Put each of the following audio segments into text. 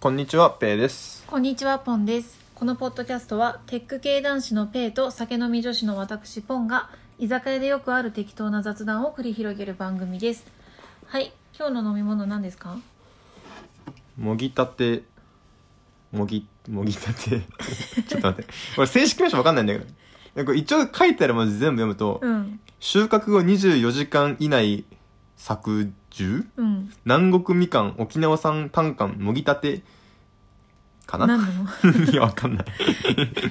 こんにちは、ペイです。こんにちは、ポンです。このポッドキャストは、テック系男子のペイと酒飲み女子の私、ポンが、居酒屋でよくある適当な雑談を繰り広げる番組です。はい、今日の飲み物何ですかもぎたて、もぎ、もぎたて。 ちょっと待って。これ正式名称わかんないんだけど。なんか一応書いてある文字全部読むと、うん、収穫後24時間以内作樹うん。南国みかん、沖縄産単管、もぎたて、かな何 いや、わかんない。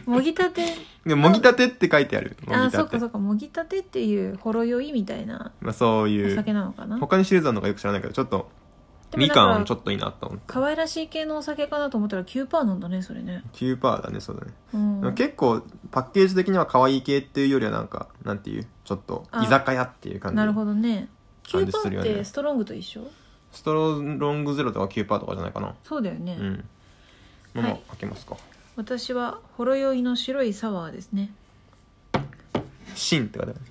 のもぎたて。でも、もぎたてって書いてある。もあぎー、たそってかそ。っか、もぎたてっていう、ほろ酔いみたいなまあそうおいう酒。なのかな。他にシリーズあるのかよく知らないけど、ちょっと、でもみなんかんちょかっといいなと思って。可愛らしい系のお酒かなと思ったら9%なんだね、それね。 9%だね、そうだね。うん。結構パッケージ的には可愛い系っていうよりはなんかなんていうちょっとあ居酒屋っていう感じなるほどね。感じする9%よっねてストロングと一緒ストロングゼロとかキューパーとかじゃないかなそうだよね。うんもうはいもう開けますか私はほろ酔いの白いサワーですね「シン」って書いてある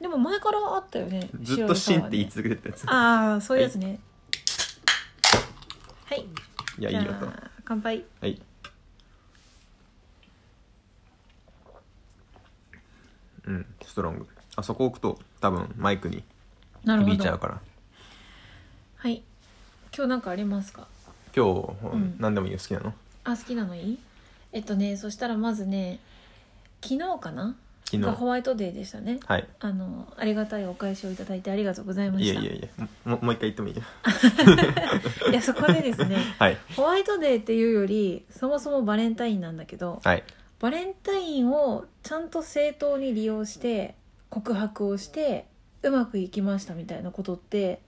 でも前からあったよねずっと「シン」って言いつ続けてたやつああそういうやつねはいいやいいじよとゃあ乾杯はいうんストロングあそこ置くと多分マイクになるほ響いちゃうどからはい今日なんかありますか今日、ん何でもいいよ好きなのあ好きなのいいえっとねそしたらまずね昨日かな昨が日ホワイトデーでしたねはいあのありがたいお返しをいただいてありがとうございまいしやたいやいやももう一回言ってもいい よいやそこでですね はいホワイトデーっていうよりそもそもバレンタインなんだけどはいバレンタインをちゃんと正当に利用して告白をしてうまくいきましたみたいなことって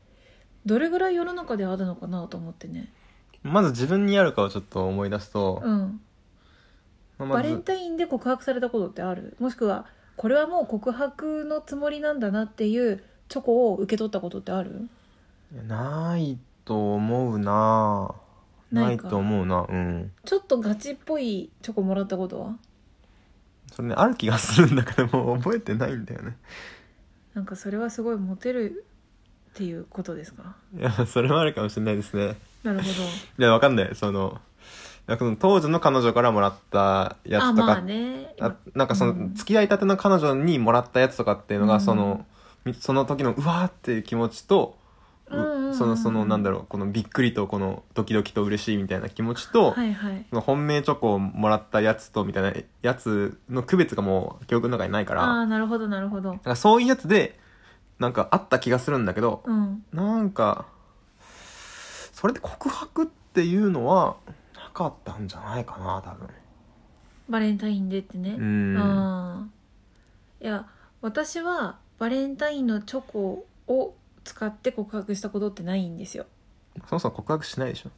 どれぐらい世の中であるのかなと思ってね、まず自分にあるかをちょっと思い出すと、うん、まあまバずレンタインで告白されたことってあるもしくはこれはもう告白のつもりなんだなっていうチョコを受け取ったことってあるないと思うなぁなないいかと思うなうんちょっとガチっぽいチョコもらったことはそれねある気がするんだけどもう覚えてないんだよねなんかそれはすごいモテるっていうことですかいやそれもあるかもしれないですねなるほいやわかんないそのなんかその当時の彼女からもらったどやあつとかまあねあなんかその、うん付き合いたての彼女にもらったやつとかっていうのが、うんそのみその時のうわーっていう気持ちと、ううんうんうんそのそのなんだろうこのびっくりとこのドキドキと嬉しいみたいな気持ちと、はいはいその本命チョコをもらったやつとみたいなやつの区別がもう記憶の中にないからああなんーなるほどなるほどかそういうやつでなんかあった気がするんだけど、うんなんかそれで告白っていうのはなかったんじゃないかな多分バレンタインデーってねうんあーいや私はバレンタインのチョコを使って告白したことってないんですよそもそも告白しないでしょ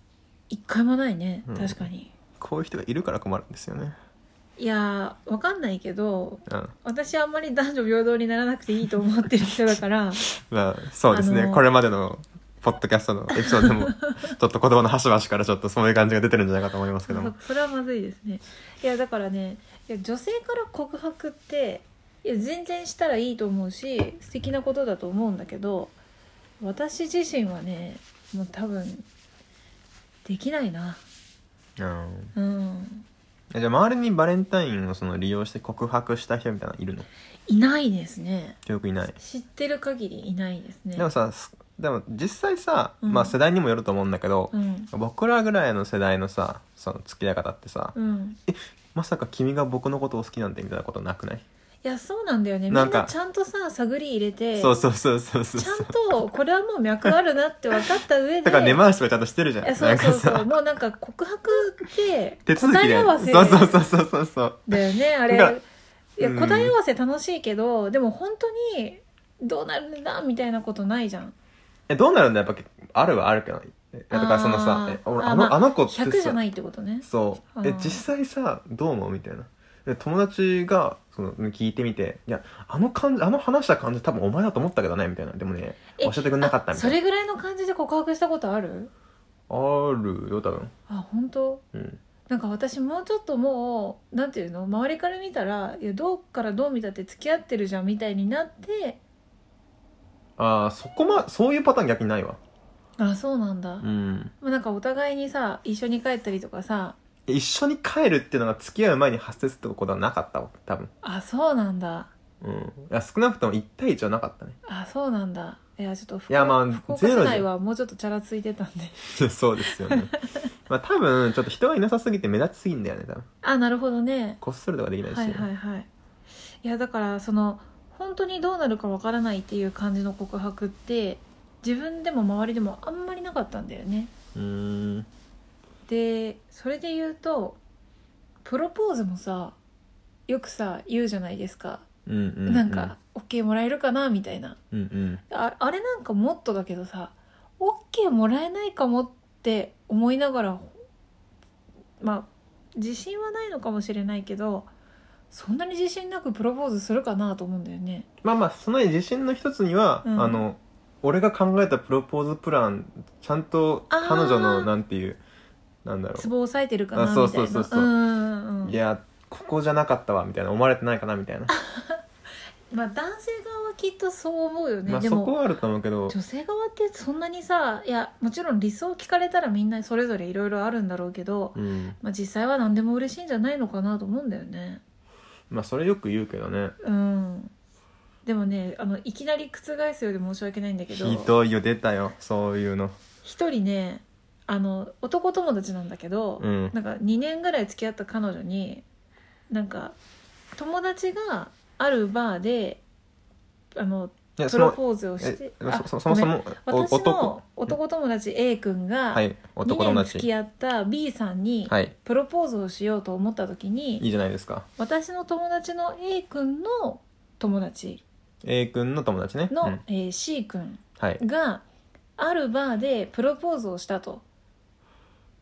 一回もないねうん確かに、こういう人がいるから困るんですよねいやーわかんないけどうん私あんまり男女平等にならなくていいと思ってる人だからまあそうですね、あのーこれまでのポッドキャストのエピソードで もちょっと言葉の端々からちょっとそういう感じが出てるんじゃないかと思いますけ どもそれはまずいですねいやだからねいや女性から告白っていや全然したらいいと思うし素敵なことだと思うんだけど私自身はねもう多分できないなうんうんえじゃあ周りにバレンタインをその利用して告白した人みたいなのいるのいないですね記憶いない、知ってる限りいないですねでもさすでも実際さ、うんまあ世代にもよると思うんだけどう、ん僕らぐらいの世代のさその付き合い方ってさ、うんまさか君が僕のことを好きなんてみたいなことなくない、いやそうなんだよねみんなんかなちゃんとさ探り入れてそうそうそうそうそうちゃそんうとこれはもう脈あるなって分かった上でだから根回しとかちゃんとしてるじゃんいやそうそうそなんかさうもうなんか告白って手続き 答えで合わせそうそうそうそうそうそうだよねあれなんかいやうん答え合わせ楽しいけど、でも本当にどうなるんだみたいなことないじゃんえどうなるんだやっぱあるはあるけどえだからそのさあーえ俺ああーの,、まああの子ってさ100じゃないってことねそうえあー実際さどう思うみたいなで友達がその聞いてみて「いやあの感じあの話した感じ多分お前だと思ったけどね」みたいなでもねえ教えてくれなかったあみたそいなれぐらいの感じで告白したことあるあるよ多分あ本当うんなんか私もうちょっともうなんていうの周りから見たらいやどうからどう見たって付き合ってるじゃんみたいになってああそこまそういうパターン逆にないわあそうなんだ、うまんあなんかお互いにさ一緒に帰ったりとかさ一緒に帰るっていうのが付き合う前に発生することはなかったわ多分あそうなんだうんいや少なくとも1対1はなかったね あそうなんだいやちょっと福いやまあ福岡ゼロ市じゃ内はもうちょっとチャラついてたんで そうですよねまあ多分ちょっと人がいなさすぎて目立ちすぎんだよね多分あなるほどねこっそりとかできないし、はいはいはいいやだからその本当にどうなるかわからないっていう感じの告白って自分でも周りでもあんまりなかったんだよねうーんでそれで言うとプロポーズもさよくさ言うじゃないですか、うんうん、うん、なんか OK もらえるかなみたいなうんうんああれなんかもっとだけどさ OK もらえないかもって思いながらまあ自信はないのかもしれないけどそんなに自信なくプロポーズするかなと思うんだよねまあまあその自信の一つには、うんあの俺が考えたプロポーズプランちゃんとあー彼女のなんていうなんだろツボ押さえてるかなみあたいそなうそうそうそううんうんうう、んいやここじゃなかったわみたいな思われてないかなみたいな、まあ男性側はきっとそう思うよね、まあでそこもはあると思うけど女性側ってそんなにさいやもちろん理想聞かれたらみんなそれぞれいろいろあるんだろうけど、うんまあ、実際は何でも嬉しいんじゃないのかなと思うんだよねまあそれよく言うけどねうんでもねあのいきなり覆すようで申し訳ないんだけどひどいよ出たよそういうの一人ねあの男友達なんだけど、うんなんか2年ぐらい付き合った彼女になんか友達があるバーであのいやプそロのポーズをしてえあそそそもそもごめん私の男男友達 A 君がはい男2友年付き達合った B さんにはいプロポーズをしようと思った時に、いいじゃないですか私の友達の A 君の友達 A 君の友達ねの、うんえー C 君はいがあるバーでプロポーズをしたと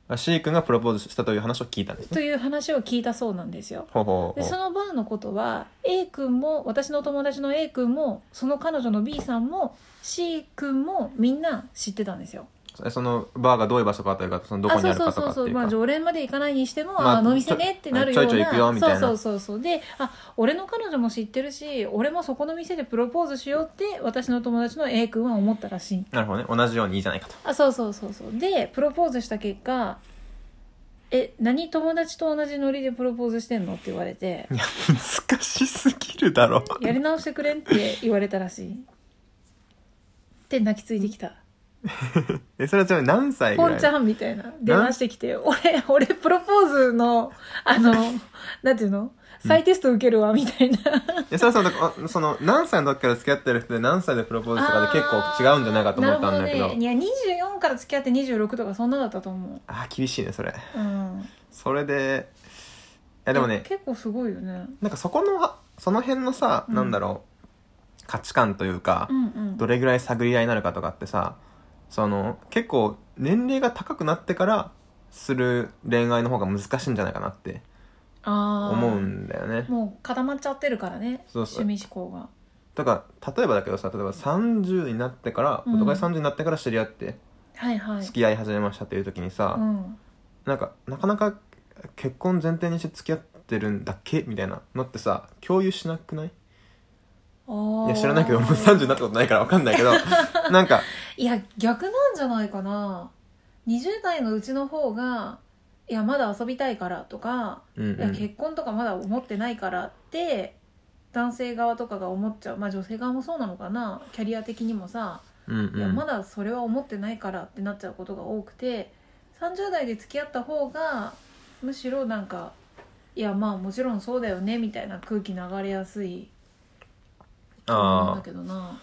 あ C 君がプロポーズしたという話を聞いたんですとねいう話を聞いたそうなんですよ。ほうほうでほそのバーのことは A 君も私の友達の A 君もその彼女の B さんも C 君もみんな知ってたんですよ。うえそのバーがどういう場所かというかそのどこにあるかとかあそうっそうてそういそううまあか常連まで行かないにしても、まああ、飲みせねってなるようなちょいちょい行くよみたいなそうそうそうそうであ俺の彼女も知ってるし俺もそこの店でプロポーズしようって私の友達の A 君は思ったらしいなるほどね同じようにいいじゃないかとあそうそうそうそうでプロポーズした結果「え何友達と同じノリでプロポーズしてんの?」って言われていや難しすぎるだろ「やり直してくれん」って言われたらしいで泣きついてきたえそれはちなみに何歳ぐポらいンちゃんみたいな電話してきて、俺、俺、プロポーズの、あの、なんていうの再テスト受けるわ、みたいな。えそれはそのあその何歳の時から付き合ってる人で何歳でプロポーズとかで結構違うんじゃないかと思ったんだけどなるほね、いや、24から付き合って26とかそんなだったと思う。あー厳しいねそれうん。それでいやでもね結構すごいよね。なんかそこのその辺のさ、うんなんだろう価値観というか、うんうん。どれぐらい探り合いになるかとかってさその結構年齢が高くなってからする恋愛の方が難しいんじゃないかなってあー思うんだよねもう固まっちゃってるからね。そうそう趣味思考が。だから例えばだけどさ例えば30になってから、うんお互い30になってから知り合ってはいはい。付き合い始めましたっていう時にさ、うん。なんかなかなか結婚前提にして付き合ってるんだっけみたいなのってさ共有しなくないあいあ。や知らないけどもう30になったことないから分かんないけ どなんかいや逆なんじゃないかな20代のうちの方がいやまだ遊びたいからとか、うんうんいや結婚とかまだ思ってないからって男性側とかが思っちゃうまあ女性側もそうなのかなキャリア的にもさ、うんうんいやまだそれは思ってないからってなっちゃうことが多くて30代で付き合った方がむしろなんかいやまあもちろんそうだよねみたいな空気流れやすいと思うんあだけどな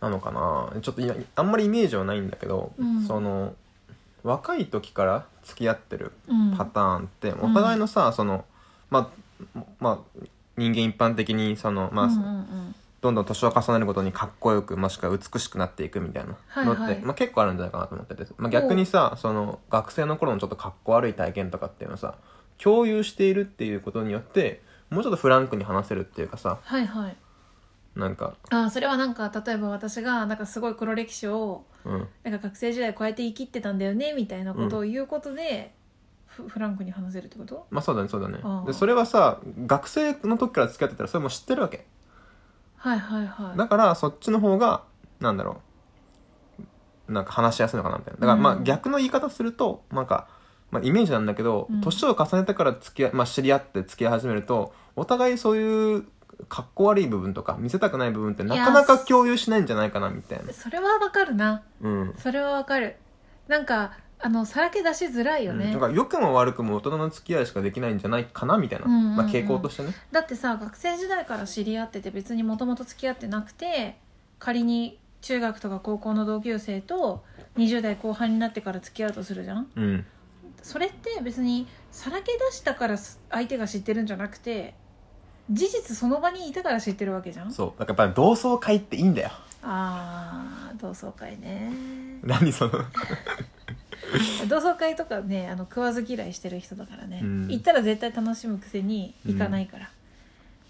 あなのかなちょっといやあんまりイメージはないんだけど、うんその若い時から付き合ってるうんパターンってお互いのさ、そのまあまあ人間一般的にその、まあうんうんうんどんどん年を重ねるごとにかっこよくもしくは美しくなっていくみたいなのって、はいはいまあ、結構あるんじゃないかなと思ってて、まあ、逆にさその学生の頃のちょっとかっこ悪い体験とかっていうのをさ共有しているっていうことによってもうちょっとフランクに話せるっていうかさはいはいなんかあーそれはなんか例えば私がなんかすごい黒歴史をうんなんか学生時代こうやって生きてたんだよねみたいなことを言うことで、フフランクに話せるってことまあそうだねそうだねああでそれはさ学生の時から付き合ってたらそれも知ってるわけはいはいはいだからそっちの方がなんだろうなんか話しやすいのかなみたいなだからまうあん逆の言い方するとなんか、まあ、イメージなんだけど、うん年を重ねてから付き合い、まあ、知り合って付き合い始めるとお互いそういう格好悪い部分とか見せたくない部分ってなかなか共有しないんじゃないかなみたいなそれはわかるなうん、それはわかるなんかあのさらけ出しづらいようんね、だから良くも悪くも大人の付き合いしかできないんじゃないかなみたいな、うんうんうんまあ、傾向としてねだってさ学生時代から知り合ってて別にもともと付き合ってなくて仮に中学とか高校の同級生と20代後半になってから付き合うとするじゃんうんそれって別にさらけ出したから相手が知ってるんじゃなくて事実その場にいたから知ってるわけじゃんそうだからやっぱり同窓会っていいんだよあー同窓会ね何 その同窓会とかねあの食わず嫌いしてる人だからね、うん行ったら絶対楽しむくせに行かないから、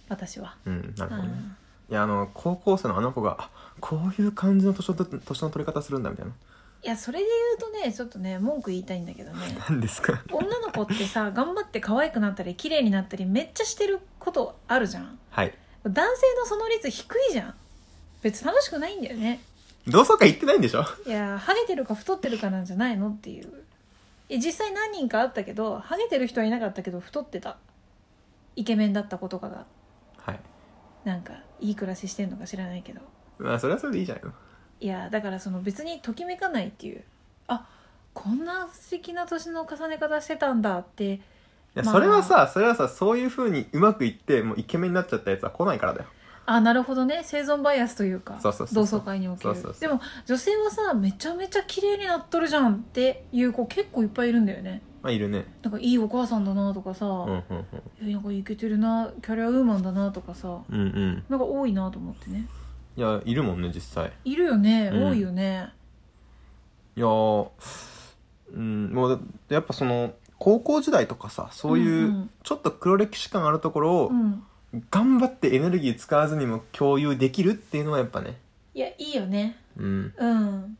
私は、うんなるほどね、うんいやあの高校生のあの子があこういう感じの年の年の取り方するんだみたいないやそれで言うとねちょっとね文句言いたいんだけどね何です か女の子ってさ頑張って可愛くなったり綺麗になったりめっちゃしてることあるじゃんはい男性のその率低いじゃん別に楽しくないんだよね同窓会行ってないんでしょいやハゲてるか太ってるかなんじゃないのっていうえ実際何人かあったけどハゲてる人はいなかったけど太ってたイケメンだった子とかがはいなんかいい暮らししてんのか知らないけどまあそれはそれでいいじゃないのいやだからその別にときめかないっていうあこんな素敵な年の重ね方してたんだっていやまあそれはさそれはさそういう風にうまくいってもうイケメンになっちゃったやつは来ないからだよあなるほどね生存バイアスというかそうそうそう同窓会におけるそうそうそうでも女性はさめちゃめちゃ綺麗になっとるじゃんっていう子結構いっぱいいるんだよねまあいるねなんかいいお母さんだなとかさ、うんうんうんいやなんかイケてるなキャリアウーマンだなとかさうんうんなんか多いなと思ってねいやいるもんね実際いるよね、うん多いよねいやーうんもうやっぱその高校時代とかさそういんううんちょっと黒歴史感あるところをうん頑張ってエネルギー使わずにも共有できるっていうのはやっぱねいやいいよねうんうん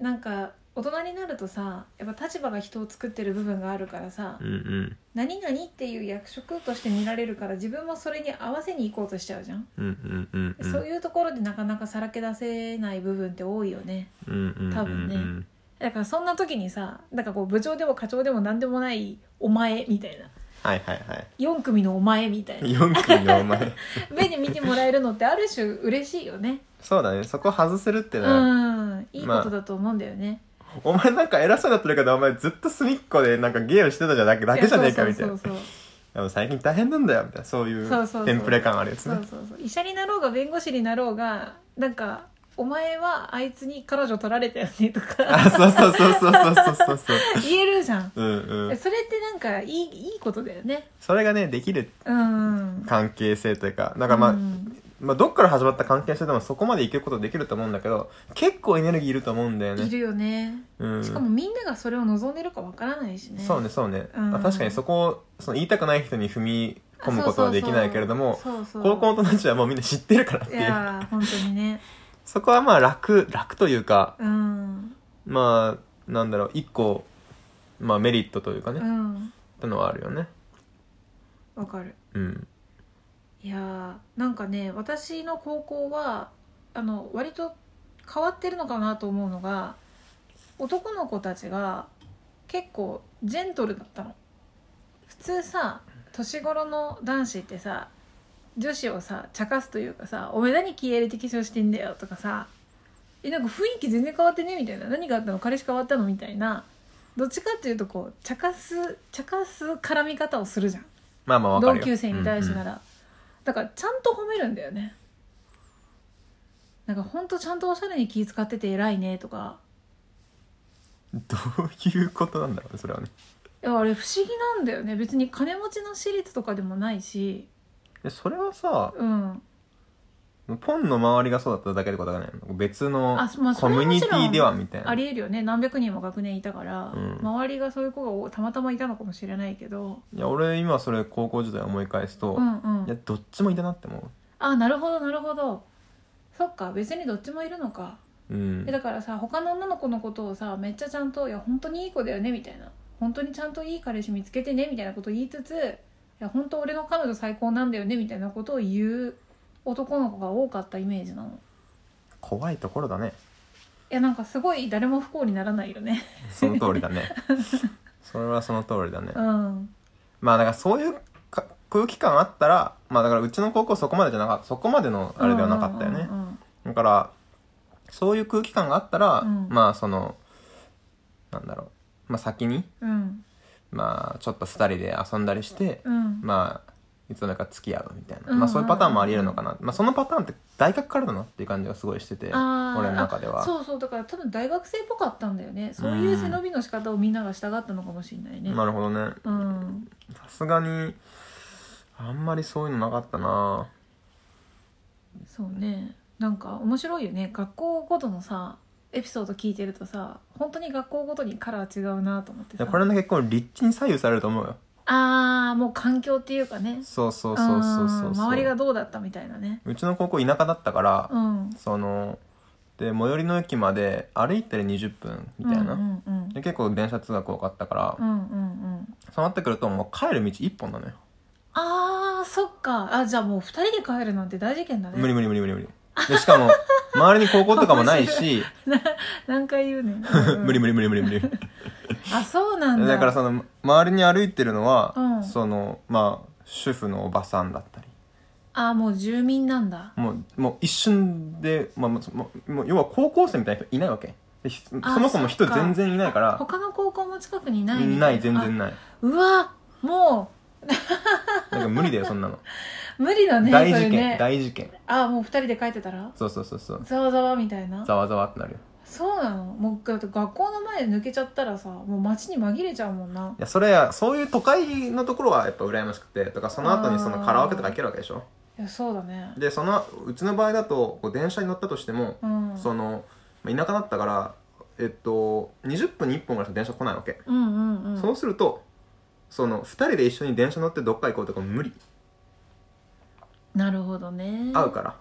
なんか大人になるとさやっぱ立場が人を作ってる部分があるからさ、うんうん何々っていう役職として見られるから自分もそれに合わせに行こうとしちゃうじゃん、うんうんうんうんそういうところでなかなかさらけ出せない部分って多いよねうんうんうんうん多分ねだからそんな時にさなんかこう部長でも課長でも何でもないお前みたいなはいはいはい4組のお前みたいな4組のお前目で見てもらえるのってある種嬉しいよ ねそうだねそこ外せるってうのは、んいいことだと思うんだよね、お前なんか偉そうになってるけどお前ずっと隅っこでなんかゲームしてたじゃなくだけじゃねえかみたいなそうそうそうでも最近大変なんだよみたいなそういそうそうそううテンプレ感あるやつそうねそうそう医者になろうが弁護士になろうがなんかお前はあいつに彼女取られたよねとか あそうそうそうそうそうそうそうそう言えるじゃんうんうんそれってなんかいいいいことだよねそれがねできるうん関係性というかだからまあ、うんまあどっから始まった関係性でもそこまでいけることできると思うんだけど結構エネルギーいると思うんだよいねるよねうんしかもみんながそれを望んでるかわからないしねそうねそうね、うんあ確かにそこをその言いたくない人に踏み込むことはできないけれどもそうそうそう高校の友達はもうみんな知ってるからっていいうやー本当にねそこはまあ楽楽というか うんまあなんだろう一個、まあ、メリットというかね、うっんてのはあるよねわかるうんいやーなんかね私の高校はあの割と変わってるのかなと思うのが男の子たちが結構ジェントルだったの普通さ年頃の男子ってさ女子をさ茶化すというかさ「お前何気合入れて化粧してんだよ」とかさ「えなんか雰囲気全然変わってね」みたいな「何があったの彼氏変わったの?」みたいなどっちかっていうとこう茶化す茶化す絡み方をするじゃんまあまあわかる同よ級生に対してなら、ら、だからちゃんと褒めるんだよねなんかほんとちゃんとおしゃれに気使ってて偉いねとかうんうんどういうことなんだろうねそれはねいやあれ不思議なんだよね別に金持ちの私立とかでもないしでそれはさうんポンの周りがそうだっただけってことがないの別のあまあそコミュれはもニちテろんィではみたいなありえるよね何百人も学年いたから、うん周りがそういう子がたまたまいたのかもしれないけどいや俺今それ高校時代思い返すと、うんういやんどっちもいたなって思あなるほどなるほどそっか別にどっちもいるのかううんえだからさ他の女の子のことをさめっちゃちゃんと「いや本当にいい子だよね」みたいな「本当にちゃんといい彼氏見つけてね」みたいなことを言いつつ「いや本当俺の彼女最高なんだよね」みたいなことを言う男の子が多かったイメージなの 怖いところだねやなんかすごい誰も不幸にならないよねその通りだねそれはその通りだねうん まあだからそういうか空気感あったらまあだからうちの高校そこまでじゃなかったそこまでのあれではなかったよねうんうんだからそういう空気感があったら、うんまあそのなんだろうまあ先にうんまあちょっと2人で遊んだりして、うんまあいつの間にか付き合うみたいな、うんまあそういうパターンもありえるのかな、まあ、そのパターンって大学からだなっていう感じがすごいしてて俺あーの中ではあそうそうだから多分大学生っぽかったんだよねそういう背伸びの仕方をみんながしたがったのかもしれないね、なるほどねうんさすがにあんまりそういうのなかったなそうねなんか面白いよね学校ごとのさエピソード聞いてるとさ本当に学校ごとにカラー違うなと思っていやさこれの結構立地に左右されると思うよああもう環境っていうかねそうそうそうそうそうそううん周りがどうだったみたいなねうちの高校田舎だったから、うんそので最寄りの駅まで歩いてで20分みたいな、うんうんで結構電車通学多かったから、うん、うんうんうんそうなってくるともう帰る道一本なのよあーそっかあじゃあもう2人で帰るなんて大事件だね無理無理無理無理無理でしかも周りに高校とかもないし 何回言うねん、 無理無理無理無理無理あそうなんだだからその周りに歩いてるのは、うんそのまあ主婦のおばさんだったりあもう住民なんだもうもう一瞬で、まあ、もうもうもう要は高校生みたいな人いないわけでひそあもそも人そっか全然いないから他の高校も近くにないみたない全然あないうわもなんか無理だよそんなのう無理 だね大そ事れ件、ね大事件あもう2人で帰ってたらそうそうそうそうざわざわみたいなざわざわってなるよそうなのもうだって学校の前で抜けちゃったらさもう街に紛れちゃうもんないやそれやそういう都会のところはやっぱ羨ましくてとかその後にそのカラオケとか行けるわけでしょいやそうだねでそのうちの場合だとこう電車に乗ったとしても、うんそのまあ田舎だったからえっと20分に1本ぐらいしか電車来ないわけ、うんうんうんそうするとその2人で一緒に電車乗ってどっか行こうとかも無理なるほどね合うから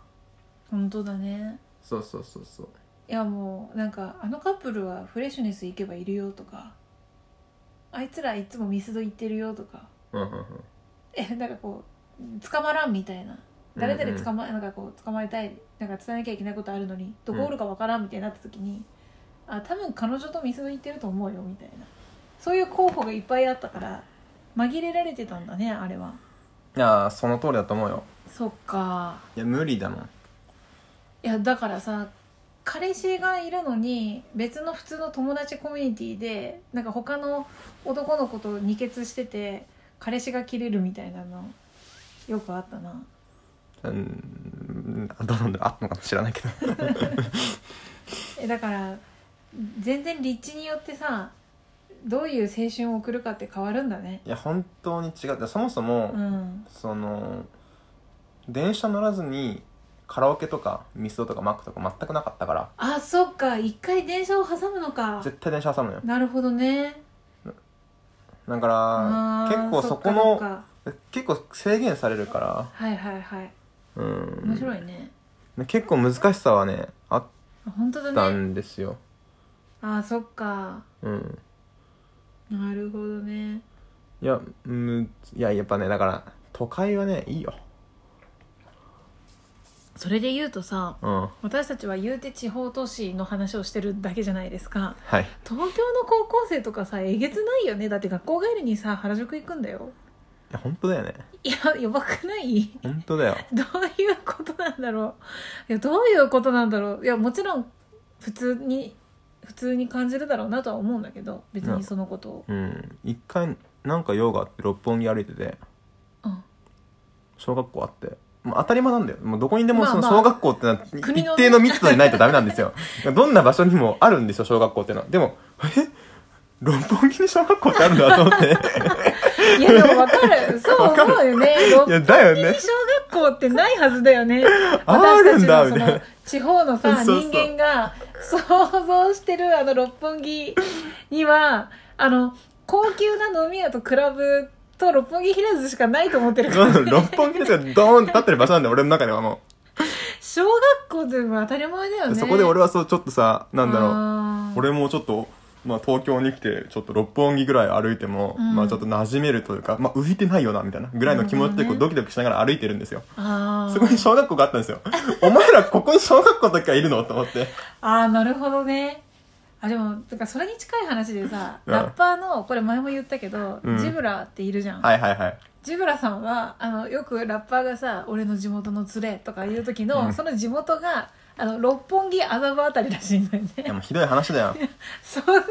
本当だねそうそうそうそういやもうなんかあのカップルはフレッシュネス行けばいるよとかあいつらいつもミスド行ってるよとかうんうんうんえなんかこう捕まらんみたいな誰々捕ま,、なんかこう捕まえたいなんか伝えなきゃいけないことあるのにどこおるかわからんみたいになった時に、あ多分彼女とミスド行ってると思うよみたいなそういう候補がいっぱいあったから紛れられてたんだねあれはいやーその通りだと思うよそっかいや無理だもんいやだからさ彼氏がいるのに別の普通の友達コミュニティでなんか他の男の子と二血してて彼氏が切れるみたいなのよくあったなうんどうなんだろうあったのか知らない けどえだから全然立地によってさどういう青春を送るかって変わるんだねいや本当に違ってそもそも、うんその電車乗らずにカラオケとかミスドとかマックとか全くなかったからあそっか一回電車を挟むのか絶対電車挟むのよなるほどねだからあー結構そこっかのそっか結構制限されるかはいはいはいらうん面白いね、結構難しさはねあっあ本当ただねんですよ、あそっかうんなるほどねいやむいややっぱねだから都会はねいいよそれで言うとさうん私たちは言うて地方都市の話をしてるだけじゃないですかはい東京の高校生とかさえげつないよねだって学校帰りにさ原宿行くんだよいや本当だよねいややばくない本当だよ どういうことなんだろういやどういうことなんだろういやもちろん普通に普通に感じるだろうなとは思うんだけど別にそのことを、うん一回なんか用があって六本木歩いててうん小学校あってもう当たり前なんだよもうどこにでもまあそのまあ小学校ってのは国の一定の密度にないとダメなんですよ どんな場所にもあるんですよ小学校ってのはでもえ六本木に小学校ってあるんだと 思っていやでもわか るそう思うよね六いやだよね小学校ってないはずだよね あるんだ私みたちのそたいのな地方のさそうそう人間が想像してるあの六本木にはあの高級な飲み屋とクラブと六本木ヒルズしかないと思ってるから、うん六本木ですよドーンと立ってる場所なんだよ俺の中ではも小学校でも当たり前だようねそこで俺はそうちょっとさなんだろうあー俺もちょっとまあ、東京に来てちょっと六本木ぐらい歩いても、うんまあちょっと馴染めるというか、まあ、浮いてないよなみたいなぐらいの気持ちでこうんうんううんドキドキしながら歩いてるんですよ、あーそこに小学校があったんで すよお前らここに小学校の時からいるのと思ってあーなるほどねあでもだからそれに近い話でさ、うんラッパーのこれ前も言ったけど、うんジブラっているじゃん、はいはいはいジブラさんはあのよくラッパーがさ「俺の地元の連れ」とか言う時うの、んその地元があの六本木麻布あたりらしいんだよいやね もうひどい話だよそんな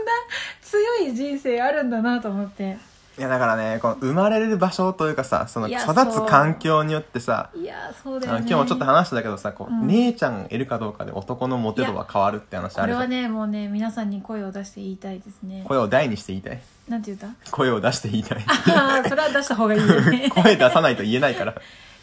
強い人生あるんだなと思っていやだからねこの生まれる場所というかさそのい育やつ環境によってさいやーそうあだのよね今日もちょっと話したけどさこう、うん姉ちゃんいるかどうかで男のモテ度は変わるって話こあるれじゃはん、ねもうね皆さんに声を出して言いたいですね声を大にして言いたいなんて言った 声を出して言いたいああそれは出した方がいいよね い声出さないと言えないから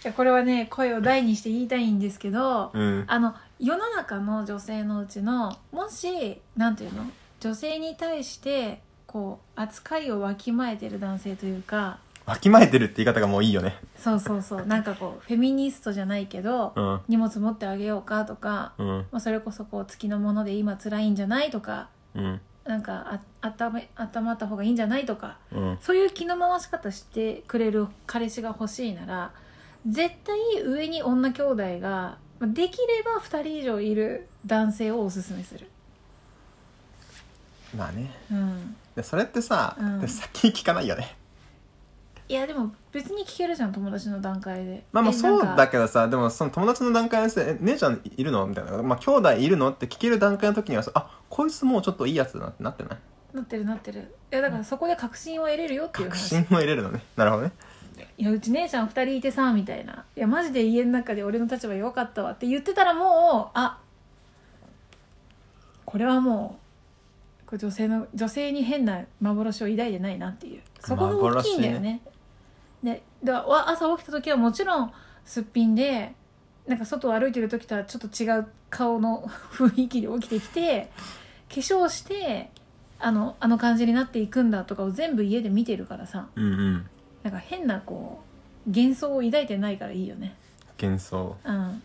やこれはね声を大にして言いたいんですけど、うんあの世の中の女性のうちのもしなんていうの女性に対してこう扱いをわきまえてる男性というかわきまえてるって言い方がもういいよねそうそうそうなんかこうフェミニストじゃないけど、うん荷物持ってあげようかとか、うんまあ、それこそこう月のもので今辛いんじゃないとかうんなんかあ温め温まった方がいいんじゃないとかうんそういう気の回し方してくれる彼氏が欲しいなら絶対上に女兄弟がまあできれば2人以上いる男性をおすすめするまあねうんでそれってさ、うん先に聞かないよねいやでも別に聞けるじゃん友達の段階でまあまあえそうなんだかけどさでもその友達の段階でさえ「姉ちゃんいるの?」みたいな「まあ兄弟いるの?」って聞ける段階の時にはさ「あこいつもうちょっといいやつだな」ってなってないなってるなってるいやだからそこで確信を得れるよっていう確話信も入れるのねなるほどねいやうち姉ちゃん2人いてさみたいないやマジで家の中で俺の立場弱かったわって言ってたらもうあこれはもうこれ女性の女性に変な幻を抱いてないなっていうそこが大きいんだよねでだからわ朝起きた時はもちろんすっぴんでなんか外を歩いてる時とはちょっと違う顔の 雰囲気で起きてきて化粧してあのあの感じになっていくんだとかを全部家で見てるからさ、うんうんなんか変なこう幻想を抱いてないからいいよね幻想うん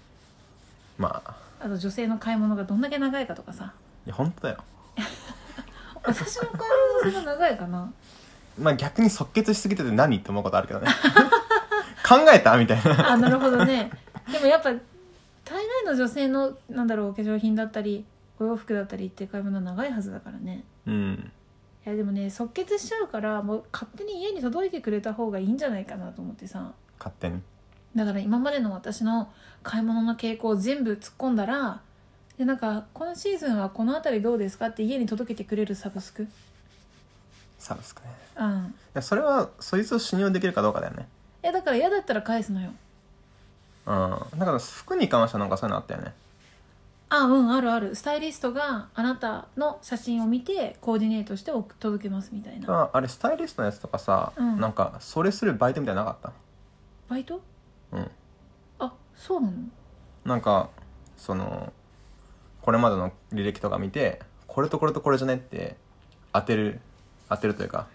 まああと女性の買い物がどんだけ長いかとかさいや本当だよ私の買い物そんな長いかなまあ逆に即決しすぎてて何って思うことあるけど ね考えたみたいなあなるほどねでもやっぱ大概の女性のなんだろうお化粧品だったりお洋服だったりって買い物は長いはずだからねうんいやでもね即決しちゃうからもう勝手に家に届いてくれた方がいいんじゃないかなと思ってさ勝手にだから今までの私の買い物の傾向を全部突っ込んだらでなんか今シーズンはこの辺りどうですかって家に届けてくれるサブスクサブスクねうんいやそれはそいつを信用できるかどうかだよねいやだから嫌だったら返すのようんだから服に関してはなんかそういうのあったよねあうんあるあるスタイリストがあなたの写真を見てコーディネートして送届けますみたいなああれスタイリストのやつとかさ、うんなんかそれするバイトみたいなのなかっバイトたうんあそうなのなんかそのこれまでの履歴とか見てこれとこれとこれじゃねって当てる当てるというか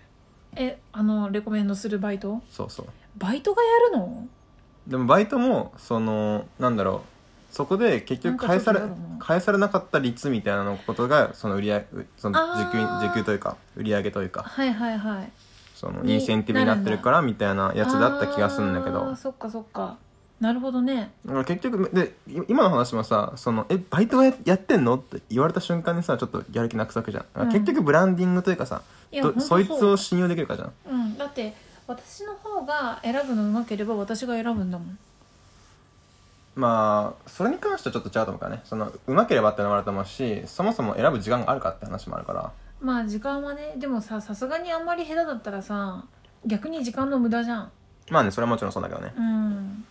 えあのレコメンドするバイトそうそうバイトがやるのでもバイトもそのなんだろうそこで結局返されなんかちょっと嫌だな返されなかった率みたいなのことがその売り上げその時給あー時給というか売り上げというかはいはいはいそのにインセンティブになってるからみたいなやつだった気がするんだけあどーそっかそっかなるほどねだから結局でい今の話もさそのえバイトがややってんのって言われた瞬間にさちょっとやる気なくさくじゃん、だからうん結局ブランディングというかさいやどほんとそいつうを信用できるかじゃんうんだって私の方が選ぶのうまければ私が選ぶんだもんまあそれに関してはちょっと違うと思うからねそのうまければってのもあると思うしそもそも選ぶ時間があるかって話もあるからまあ時間はねでもささすがにあんまり下手だったらさ逆に時間の無駄じゃんまあねそれはもちろんそうだけどねうん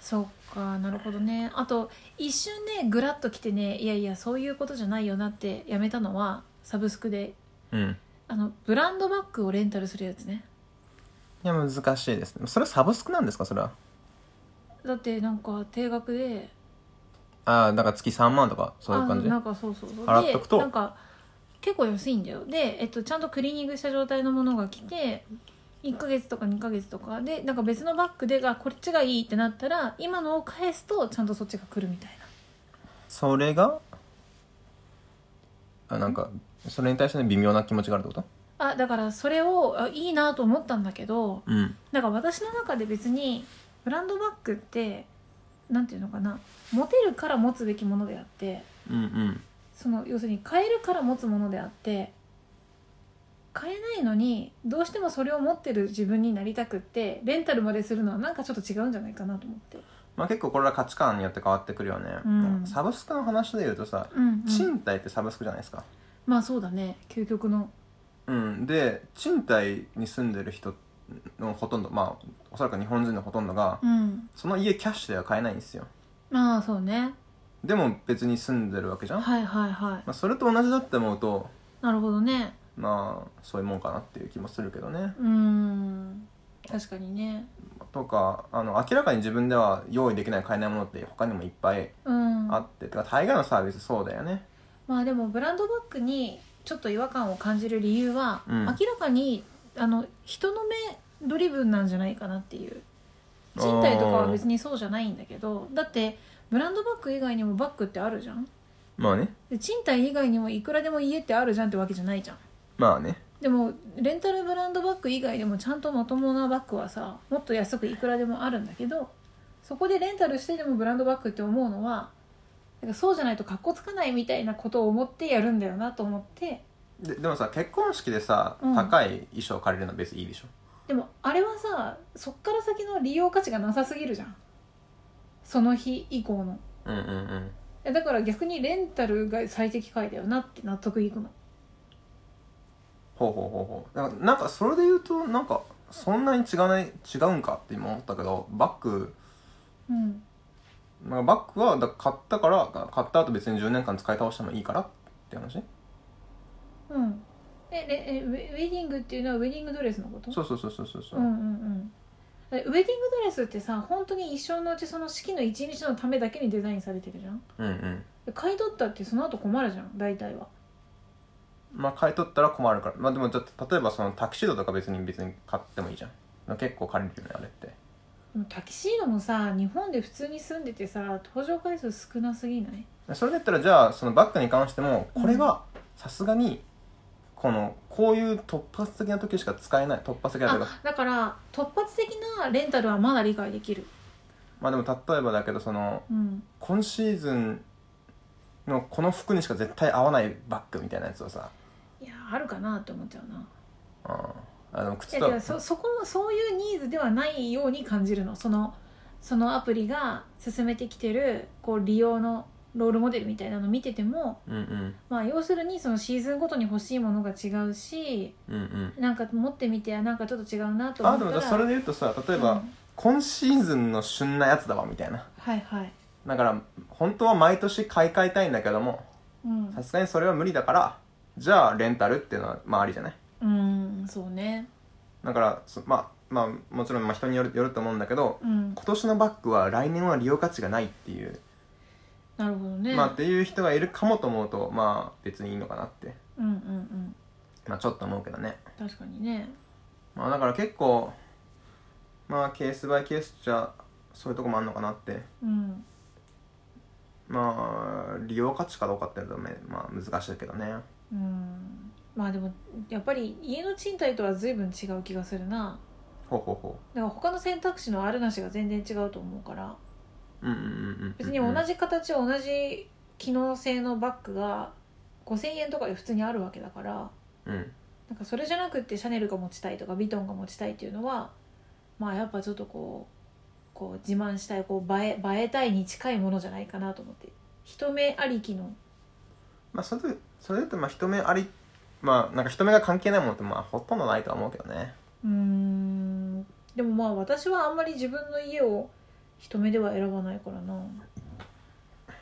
そっかなるほどねあと一瞬ねグラッときてねいやいやそういうことじゃないよなってやめたのはサブスクでうんあのブランドバッグをレンタルするやつねいや難しいですねそれサブスクなんですかそれはだってなんか定額でああだから月3万とかそういう感じあなんかそうそうそう払っとくとでなんか結構安いんだよで、えっと、ちゃんとクリーニングした状態のものが来て1ヶ月とか2ヶ月とかでなんか別のバッグでがこっちがいいってなったら今のを返すとちゃんとそっちが来るみたいなそれがあなんかそれに対しての微妙な気持ちがあるってことあだからそれをあいいなと思ったんだけどうんだから私の中で別にブランドバッグってなんていうのかな持てるから持つべきものであってうんうんその要するに買えるから持つものであって買えないのにどうしてもそれを持ってる自分になりたくってレンタルまでするのはなんかちょっと違うんじゃないかなと思って。まあ結構これは価値観によって変わってくるよね、うんサブスクの話で言うとさ、うんうん賃貸ってサブスクじゃないですかまあそうだね究極のうんで賃貸に住んでる人のほとんどまあおそらく日本人のほとんどが、うんその家キャッシュでは買えないんですよまあそうねでも別に住んでるわけじゃん、はいはいはいまあ、それと同じだって思うとなるほどねまあそういうもんかなっていう気もするけどねうーん確かにねとかあの明らかに自分では用意できない買えないものって他にもいっぱいうんあって、てか大概のサービスそうだよねまあでもブランドバッグにちょっと違和感を感じる理由は、うん明らかにあの人の目ドリブンなんじゃないかなっていう賃貸とかは別にそうじゃないんだけどだってブランドバッグ以外にもバッグってあるじゃんまあねで賃貸以外にもいくらでも家ってあるじゃんってわけじゃないじゃんまあねでもレンタルブランドバッグ以外でもちゃんとまともなバッグはさもっと安くいくらでもあるんだけどそこでレンタルしてでもブランドバッグって思うのはなんかそうじゃないとかっこつかないみたいなことを思ってやるんだよなと思ってででもさ結婚式でさ、うん高い衣装借りるのは別にいいでしょでもあれはさそっから先の利用価値がなさすぎるじゃんその日以降のうんうんうんいやだから逆にレンタルが最適解だよなって納得いくのほうほうほうほうだからなんかそれで言うとなんかそんなに違わない違うんかって今思ったけどバッグうんなんかバッグはだから買ったから買った後別に10年間使い倒してもいいからって話うんえええウェウェディングっていうのはウェディングドレスのことそうそうそうそうそうそううんうんうんウェディングドレスってさ本当に一生のうちその式の一日のためだけにデザインされてるじゃんうんうん買い取ったってその後困るじゃん大体はまあ買い取ったら困るからまあでもじゃあ例えばそのタキシードとか別に別に買ってもいいじゃんまあ結構借りるよねあれってでもタキシードもさ日本で普通に住んでてさ登場回数少なすぎないそれだったらじゃあそのバッグに関してもこれはさすがにこのこういう突発的な時しか使えない突発的なというかあだから突発的なレンタルはまだ理解できるまあでも例えばだけどそのうん今シーズンのこの服にしか絶対合わないバッグみたいなやつをさいやあるかなって思っちゃうなああのい靴やといやそそこもそういうニーズではないように感じるのそのそのアプリが進めてきてるこう利用のロールモデルみたいなの見ててもうんうんまあ要するにそのシーズンごとに欲しいものが違うしうんうんなんか持ってみてなんかちょっと違うなとあ思あっでもたらじゃあそれで言うとさ例えば、うん今シーズンの旬なやつだわみたいなはいはい、だから本当は毎年買い替えたいんだけどもうんさすがにそれは無理だからじゃあレンタルっていうのはまあありじゃないうんそうねだからそまあまあもちろんまあ人によるよると思うんだけどうん今年のバッグは来年は利用価値がないっていう、なるほどね、まあっていう人がいるかもと思うとまあ別にいいのかなってうんうんうんまあちょっと思うけどね確かにねまあだから結構まあケースバイケースじゃそういうとこもあるのかなってうんまあ利用価値かどうかっていうのはねまあ難しいけどねうんまあでもやっぱり家の賃貸とは随分違う気がするなほうほうほだから他の選択肢のあるなしが全然違うと思うからううんうんうんうん別に同じ形同じ機能性のバッグが5,000円とかで普通にあるわけだからうんなんかそれじゃなくってシャネルが持ちたいとかヴィトンが持ちたいっていうのはまあやっぱちょっとこうこう自慢したいこう映え映えたいに近いものじゃないかなと思って一目ありきのまあそれでそれだとまあ人目ありまあなんか人目が関係ないものってまあほとんどないとは思うけどねうーんでもまあ私はあんまり自分の家を一目では選ばないからな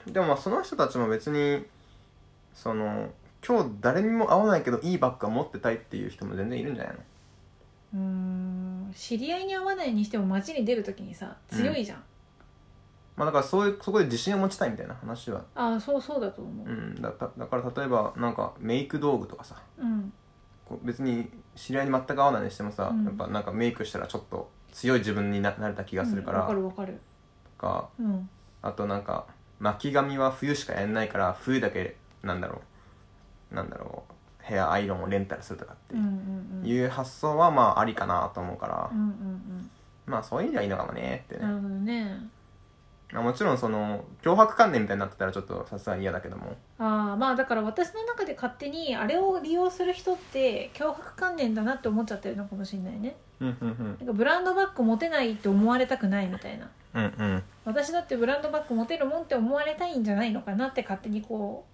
でもまあその人たちも別にその今日誰にも会わないけどいいバッグは持ってたいっていう人も全然いるんじゃないのうーん知り合いに会わないにしても街に出るときにさ強いじゃん、まあだからそういうそこで自信を持ちたいみたいな話はああそうそうだと思うう、んだだだから例えばなんかメイク道具とかさうん、こう別に知り合いに全く会わないにしてもさ、うんやっぱなんかメイクしたらちょっと強い自分にななれた気がするから、わかるわかるとかうんあとなんか巻き髪は冬しかやんないから冬だけなんだろうなんだろうヘアアイロンをレンタルするとかうんうっんうんていう発想はまあありかなと思うからうん、うんまあそういう意味ではいいのかもねってうんね、なるほどねまあ、もちろんその脅迫観念みたいになってたらちょっとさすがに嫌だけどもああまあだから私の中で勝手にあれを利用する人って脅迫観念だなって思っちゃってるのかもしれないねうんうんうんなんかブランドバッグ持てないって思われたくないみたいなうんうん私だってブランドバッグ持てるもんって思われたいんじゃないのかなって勝手にこ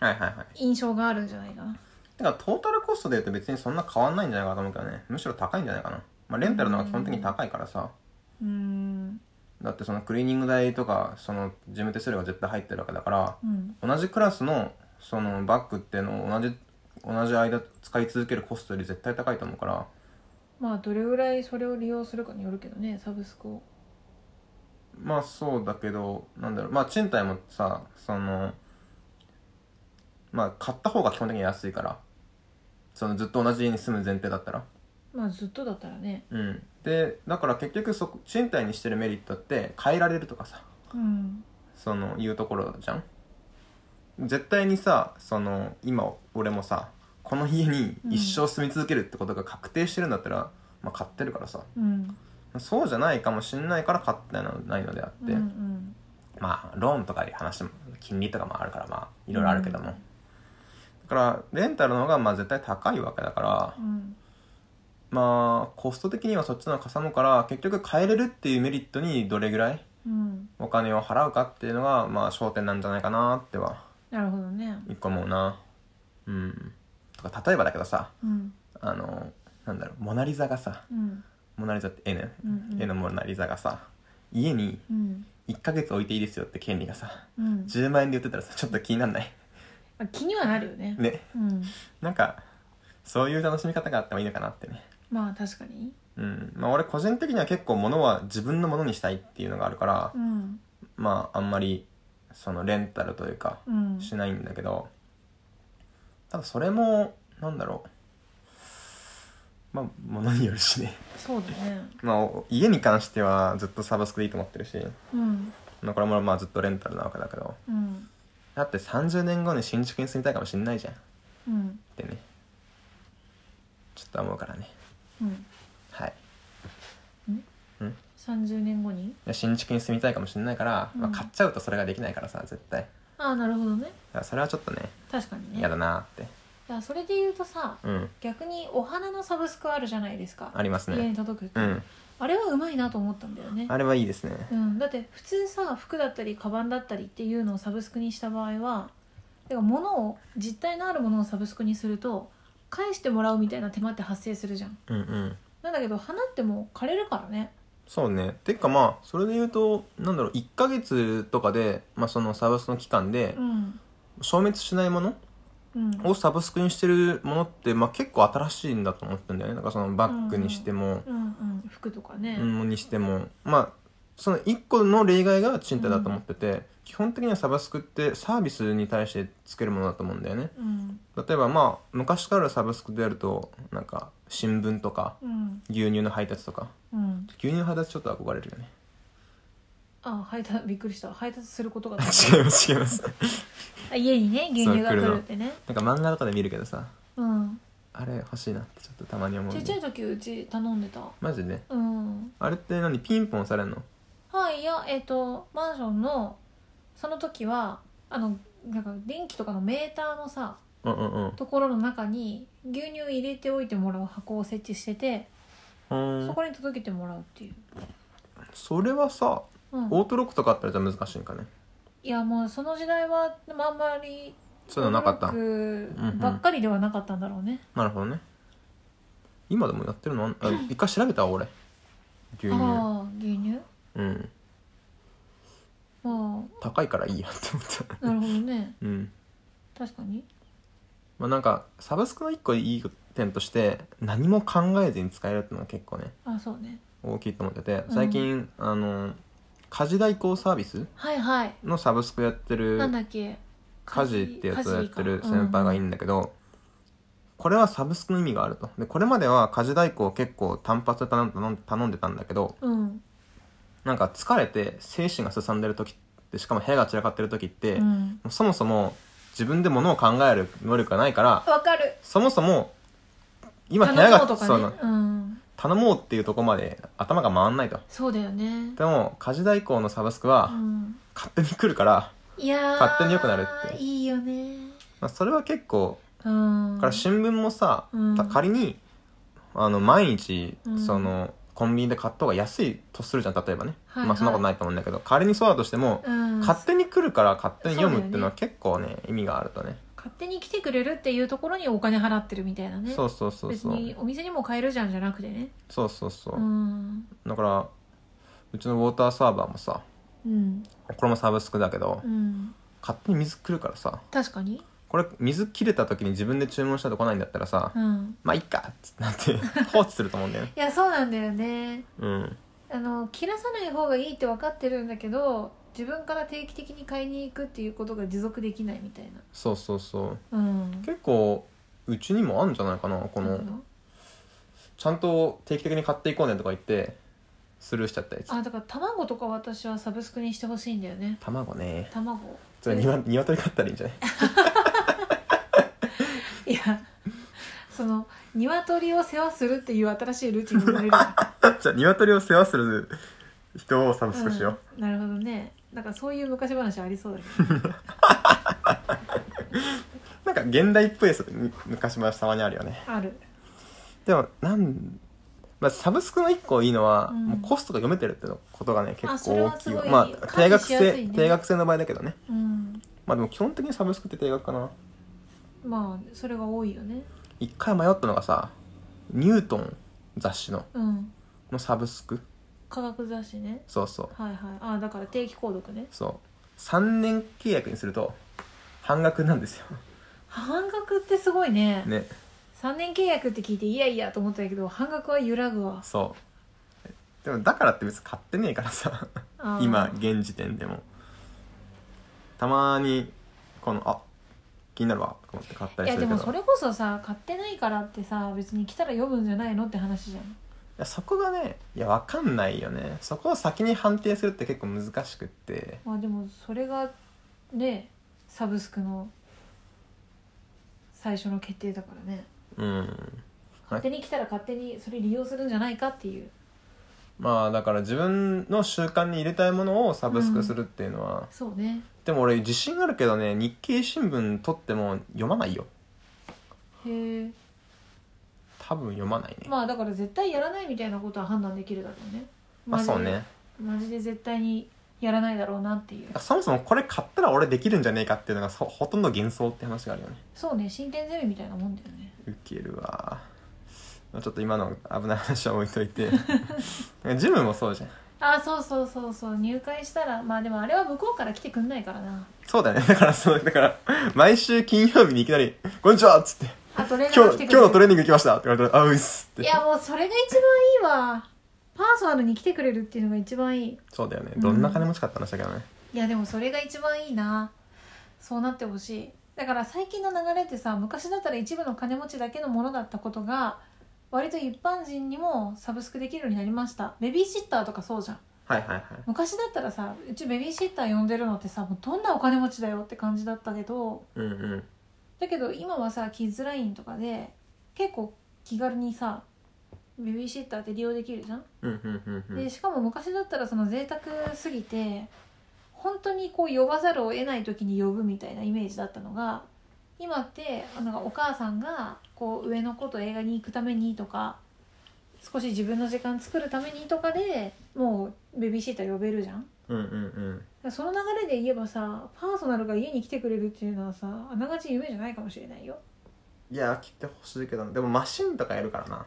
うはいはいはい印象があるんじゃないかなだからトータルコストで言うと別にそんな変わんないんじゃないかと思うけどねむしろ高いんじゃないかな、まあ、レンタルの方が基本的に高いからさうーんだってそのクリーニング代とかその事務手数料が絶対入ってるわけだからうん同じクラスのそのバッグっていうのを同じ同じ間使い続けるコストより絶対高いと思うからまあどれぐらいそれを利用するかによるけどねサブスクをまあそうだけどなんだろうまあ賃貸もさそのまあ買った方が基本的に安いからそのずっと同じ家に住む前提だったらまあずっとだったらねうんでだから結局そこ賃貸にしてるメリットって変えられるとかさうんそのいうところじゃん絶対にさその今俺もさこの家に一生住み続けるってことが確定してるんだったら、まあ、買ってるからさうんそうじゃないかもしんないから買ってないのであっうんて、うんまあローンとかで話しても金利とかもあるからまあいろいろあるけども、だからレンタルの方がまあ絶対高いわけだからうんまあコスト的にはそっちの方がかさむから結局買えれるっていうメリットにどれぐらいうんお金を払うかっていうのがまあ焦点なんじゃないかなってはなるほどね一個思うなうんとか例えばだけどさうんあのなんだろうモナ・リザがさうんモナ・リザって絵ね、うんうん絵のモナ・リザがさ家にうん1ヶ月置いていいですよって権利がさうん10万円で売ってたらさちょっと気になんないあ気にはなるよねねうんなんかそういう楽しみ方があってもいいのかなってねまあ確かにうんまあ俺個人的には結構物は自分のものにしたいっていうのがあるからうんまああんまりそのレンタルというかうんしないんだけどただそれもなんだろうまあ物によるしねそうだねまあお家に関してはずっとサブスクでいいと思ってるしうんまあこれもまあずっとレンタルなわけだけどうんだって30年後に新宿に住みたいかもしんないじゃんっうんてねちょっと思うからねうんはい30年後にいや新築に住みたいかもしれないから、まあ、うん買っちゃうとそれができないからさ絶対だああなるほどねからそれはちょっとね確かにね嫌だなっていやそれで言うとさうん逆にお花のサブスクあるじゃないですかあります家ねに届くって、うんあれはうまいなと思ったんだよねあれはいいですねうん、だって普通さ服だったりカバンだったりっていうのをサブスクにした場合はてか物を実体のあるものをサブスクにすると返してもらうみたいな手間って発生するじゃんうんうんなんだけど花ってもう枯れるからねそうねてかまあそれで言うとなんだろう1ヶ月とかで、まあ、そのサブスクの期間でうん消滅しないものうんをサブスクにしてるものって、まあ、結構新しいんだと思ってんだよねなんかそのバッグにしても、うんうん服とかねうんにしてもまあその1個の例外が賃貸だと思ってて、基本的にはサブスクってサービスに対してつけるものだと思うんだよねうん例えばまあ昔からあるサブスクでやるとなんか新聞とかうん牛乳の配達とかうん牛乳の配達ちょっと憧れるよねあ配達びっくりした配達することが違います違いますあ家にね牛乳が来るってねなんか漫画とかで見るけどさうんあれ欲しいなってちょっとたまに思うちんっちゃでい時うち頼んでたマジでうんあれって何ピンポンされんのはい、いや、えっ、と、マンションの、その時は、あの、なんか電気とかのメーターのさ、うんうんうんところの中に牛乳入れておいてもらう箱を設置してて、ほーんそこに届けてもらうっていう。それはさうん。オートロックとかあったらじゃあ難しいんかねいや、もうその時代は、でもあんまり、そういうのなかったブロックばっかりではなかったんだろうね。なるほどね今でもやってるのあんあ一回調べたわ俺牛乳ああ、牛乳うんま高いからいいやって思ったあ、なるほどね。うん確かに。まあ、なんかサブスクの一個いい点として何も考えずに使えるっていうのは結構ねあそうね。大きいと思ってて最近、あの家事代行サービスはいはい。のサブスクやってるなんだっけ家事ってやつをやってる家事か先輩がいいうんだけど、これはサブスクの意味があるとでこれまでは家事代行を結構単発で頼ん頼ん頼んでたんだけどんうん。なんか疲れて精神がすさんでる時ってしかも部屋が散らかってる時って、うん。そもそも自分で物を考える能力がないからわかるそもそも今部屋頼がもうとかそねのうん頼もうっていうところまで頭が回んないとそうだよねでも家事代行のサブスクうはん勝手に来るから、いやー勝手に良くなるっていいよねまあ、それは結構うんだから新聞もさ、うんた仮にあの毎日、うんそのコンビニで買った方が安いとするじゃん例えばね、はいはいまあそんなことないと思うんだけど仮にそうだとしても、うん勝手に来るから勝手に読むっていうのはそ結構ね意味があるとね勝手に来てくれるっていうところにお金払ってるみたいなねそうそうそう別そうにお店にも買えるじゃんじゃなくてねそうそうそう、うんだからうちのウォーターサーバーもさうんこれもサブスクだけど、うん勝手に水来るからさ確かにこれ水切れた時に自分で注文したとこないんだったらさ、うんまあいっかっつってなって 放置すると思うんだよねいやそうなんだよねうんあの切らさない方がいいって分かってるんだけど自分から定期的に買いに行くっていうことが持続できないみたいそうそうそうなうん結構うちにもあるんじゃないかなこの、ちゃんと定期的に買っていこうねとか言ってスルーしちゃったやつあだから卵とか私はサブスクにしてほしいんだよね卵ね卵それニワニワトリ買ったらいいんじゃない いやその鶏を世話するっていう新しいルーティンが生ま れるじゃあニワトリを世話する人をサブスクしよう、うんなるほどねなんかそういう昔話ありそうだけなんか現代っぽいやつむ昔もたまにあるよねどあるでもなんまあ、サブスクの一個いいのは、うんもうコストが読めてるってのことがね結あそれ構は大きいわすごいまあ定管理額しやすいね制定額制の場合だけどねうんまあでも基本的にサブスクって定額かなまあそれが多いよね一回迷ったのがさニュートン雑誌のうんのサブスク科学雑誌ねそうそうはいはいあだから定期購読ねそう3年契約にすると半額なんですよ半額ってすごいねね3年契約って聞いていやいやと思ったけど半額は揺らぐわそうでもだからって別に買ってねえからさあー今現時点でもたまにこのあ気になるわと思って買ったいりやすでるけもどそれこそさ買ってないからってさ別に来たら読むんじゃないのって話じゃんいやそこがねいやわかんないよねそこを先に判定するって結構難しくってまあでもそれがねサブスクの最初の決定だからねうん勝手に来たら勝手にそれ利用するんじゃないかっていうまあだから自分の習慣に入れたいものをサブスクするっていうのは、そうねでも俺自信あるけどね日経新聞取っても読まないよへえ多分読まないね、まあだから絶対やらないみたいなことは判断できるだろうねまあマジでそうねマジで絶対にやらないだろうなっていうそもそもこれ買ったら俺できるんじゃねえかっていうのがそほとんど幻想って話があるよねそうね進展ゼミみたいなもんだよねウケるわまあちょっと今の危ない話は置いとい てジムもそうじゃんあそうそうそうそう入会したらまあでもあれは向こうから来てくんないからなそうだよねだからそうだから毎週金曜日にいきなり「こんにちは」っつってあトレー「ナー今が日来て今日くれるのトレーニング行きました」って言われたら「あうっす」っいてやもうそれが一番いいわパーソナルに来てくれるっていうのが一番いいそうだよねどんな金持ちかって話だけどね、いやでもそれが一番いいなそうなってほしいだから最近の流れってさ昔だったら一部の金持ちだけのものだったことが割と一般人にもサブスクできるようになりましたベビーシッターとかそうじゃんはいはいはい昔だったらさうちベビーシッター呼んでるのってさもうどんなお金持ちだよって感じだったけどうんうんだけど今はさキッズラインとかで結構気軽にさベビーシッターって利用できるじゃんうんうんうんうんでしかも昔だったらその贅沢すぎて本当にこう呼ばざるを得ない時に呼ぶみたいなイメージだったのが今ってなんかお母さんがこう上の子と映画に行くためにとか少し自分の時間作るためにとかでもうベビーシッター呼べるじゃんだかうんうんうんらその流れで言えばさパーソナルが家に来てくれるっていうのはさあながち夢じゃないかもしれないよ、いや来てほしいけどでもマシンとかやるからな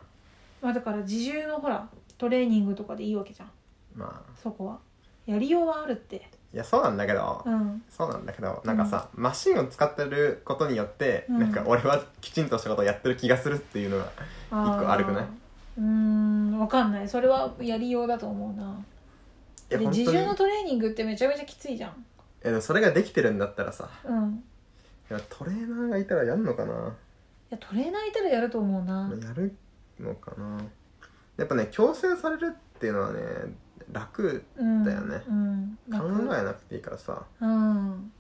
まあ、だから自重のほらトレーニングとかでいいわけじゃんまあそこはやりようはあるっていやそうなんだけど、うんそうなんだけどなんかさ、マシンを使ってることによって、うんなんか俺はきちんとしたことをやってる気がするっていうのが一一個あるくないうーんわかんないそれはやりようだと思うないやで本自当に重のトレーニングってめちゃめちゃきついじゃんえでもそれができてるんだったらさうんいやトレーナーがいたらやんのかな、いやトレーナーいたらやると思うな、やるのかなやっぱね強制されるっていうのはね楽うん、だよねうん考楽えなくていいからさうん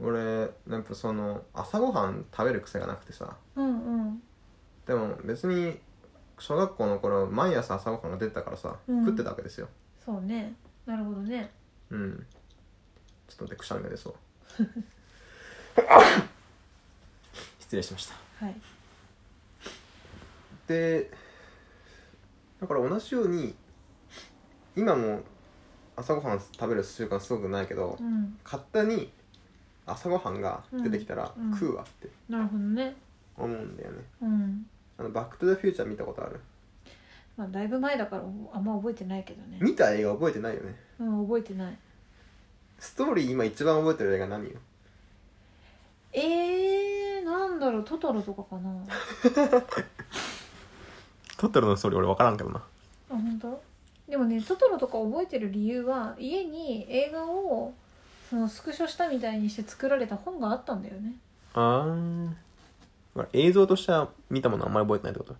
俺やっぱその朝ごはん食べる癖がなくてさうんうんでも別に小学校の頃毎朝朝ごはんが出てたからさ、うん食ってたわけですよそうねなるほどねうんちょっと待ってくしゃみが出そう 失礼しましたはいでだから同じように今も朝ごはん食べる習慣すごくないけど、うん勝手に朝ごはんが出てきたらうん食うわってなるほどね思うんだよね、うんあのバック・トゥ・ザ・フューチャー見たことあるまあだいぶ前だからあんま覚えてないけどね見た映画覚えてないよねうん覚えてないストーリー今一番覚えてる映画何よえー、なんだろうトトロとかかなトトロのストーリー俺分からんけどなあ本当でもねトトロとか覚えてる理由は家に映画をそのスクショしたみたいにして作られた本があったんだよねあーだから映像としては見たものあんまり覚えてないってこと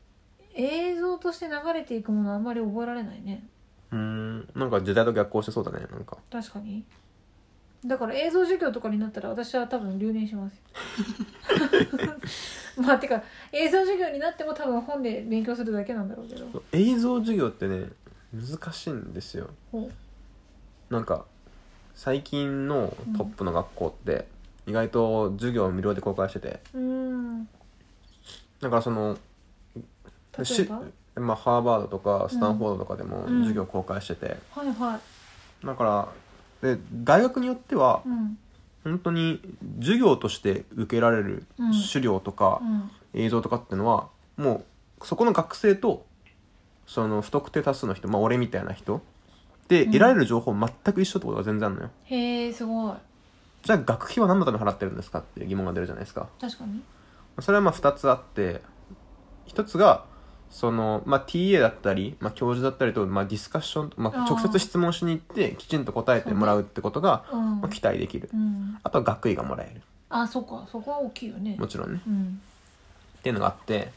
映像として流れていくものあんまり覚えられないねうーんなんか時代と逆行してそうだねなんか確かにだから映像授業とかになったら私は多分留年 しますよまあてか映像授業になっても多分本で勉強するだけなんだろうけどそう映像授業ってね難しいんですよほなんか最近のトップの学校って意外と授業を無料で公開しててううーんだからその例えしばまあ、ハーバードとかスタンフォードとかでもうん授業公開してて、はいはだからで大学によってはいうん本当に授業として受けられるうん資料とかうん映像とかってのはもうそこの学生とその不特定多数の人、まあ、俺みたいな人でうん得られる情報全く一緒ってことが全然あるのよ、へえすごいじゃあ学費は何のために払ってるんですかっていう疑問が出るじゃないですか確かにそれはまあ2つあって1つがその、まあ、TA だったり、まあ、教授だったりと、まあ、ディスカッション、まあ、あー直接質問しに行ってきちんと答えてもらうってことが、うんまあ、期待できるうんあとは学位がもらえるあそっかそこは大きいよねもちろんねうんっていうのがあって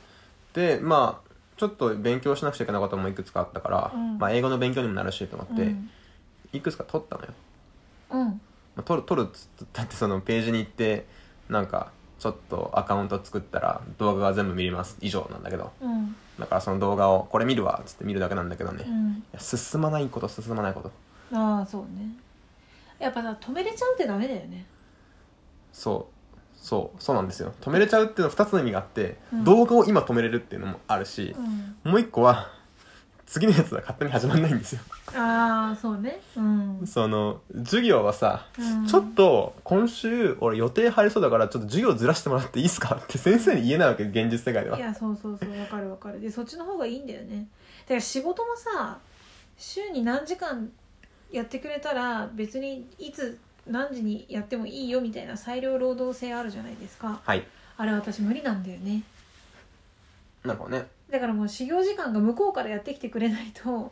でまあちょっと勉強しなくちゃいけないこともいくつかあったから、うんまあ、英語の勉強にもなるしと思って、うんいくつか取ったのよ、うんまあ、取る取るっつっだってそのページに行ってなんかちょっとアカウント作ったら動画が全部見れます以上なんだけどうんだからその動画をこれ見るわっつって見るだけなんだけどね、ういんや進まないこと進まないことああそうねやっぱさ止めれちゃうってダメだよねそうそうそうなんですよ止めれちゃうっていうの2つの意味があって、うん動画を今止めれるっていうのもあるしう、んもう1個は次のやつは勝手に始まんないんですよああそうねうんその授業はさ、うんちょっと今週俺予定入りそうだからちょっと授業ずらしてもらっていいっすかって先生に言えないわけ現実世界ではいやそうそうそうわかるわかるでそっちの方がいいんだよねだから仕事もさ週に何時間やってくれたら別にいつ何時にやってもいいよみたいな裁量労働制あるじゃないですかはいあれ私無理なんだよねなるほどねだからもう始業時間が向こうからやってきてくれないと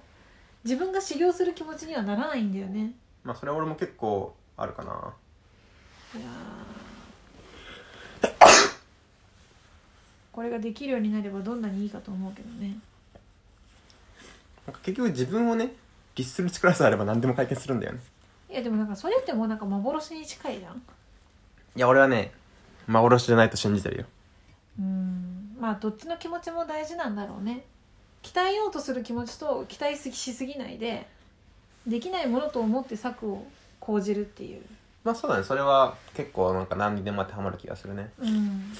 自分が始業する気持ちにはならないんだよねまあそれは俺も結構あるかないやーこれができるようになればどんなにいいかと思うけどねなんか結局自分をね律する力さえあれば何でも解決するんだよねいやでもなんかそれってもうなんか幻に近いじゃんいや俺はね幻じゃないと信じてるようんまあどっちの気持ちも大事なんだろうね鍛えようとする気持ちと期待しすぎないでできないものと思って策を講じるっていうまあそうだねそれは結構なんか何にでも当てはまる気がするねうん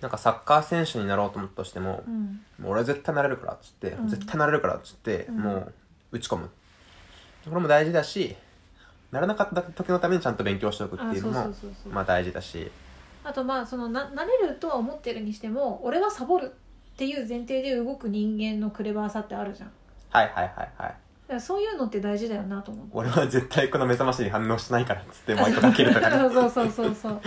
なんかサッカー選手になろうと思ったとしてもう、んもう俺は絶対なれるからっつって、うん絶対なれるからっつって、うんもう打ち込むこれも大事だしならなかった時のためにちゃんと勉強しておくっあていうそのうそうもそうそう、まあ大事だしあとまあそのな慣れるとは思ってるにしても俺はサボるっていう前提で動く人間のクレバーさってあるじゃんだはいはいはいはいからそういうのって大事だよなと思って俺は絶対この目覚ましに反応してないからっつって毎回かけると かねそうそうそうそう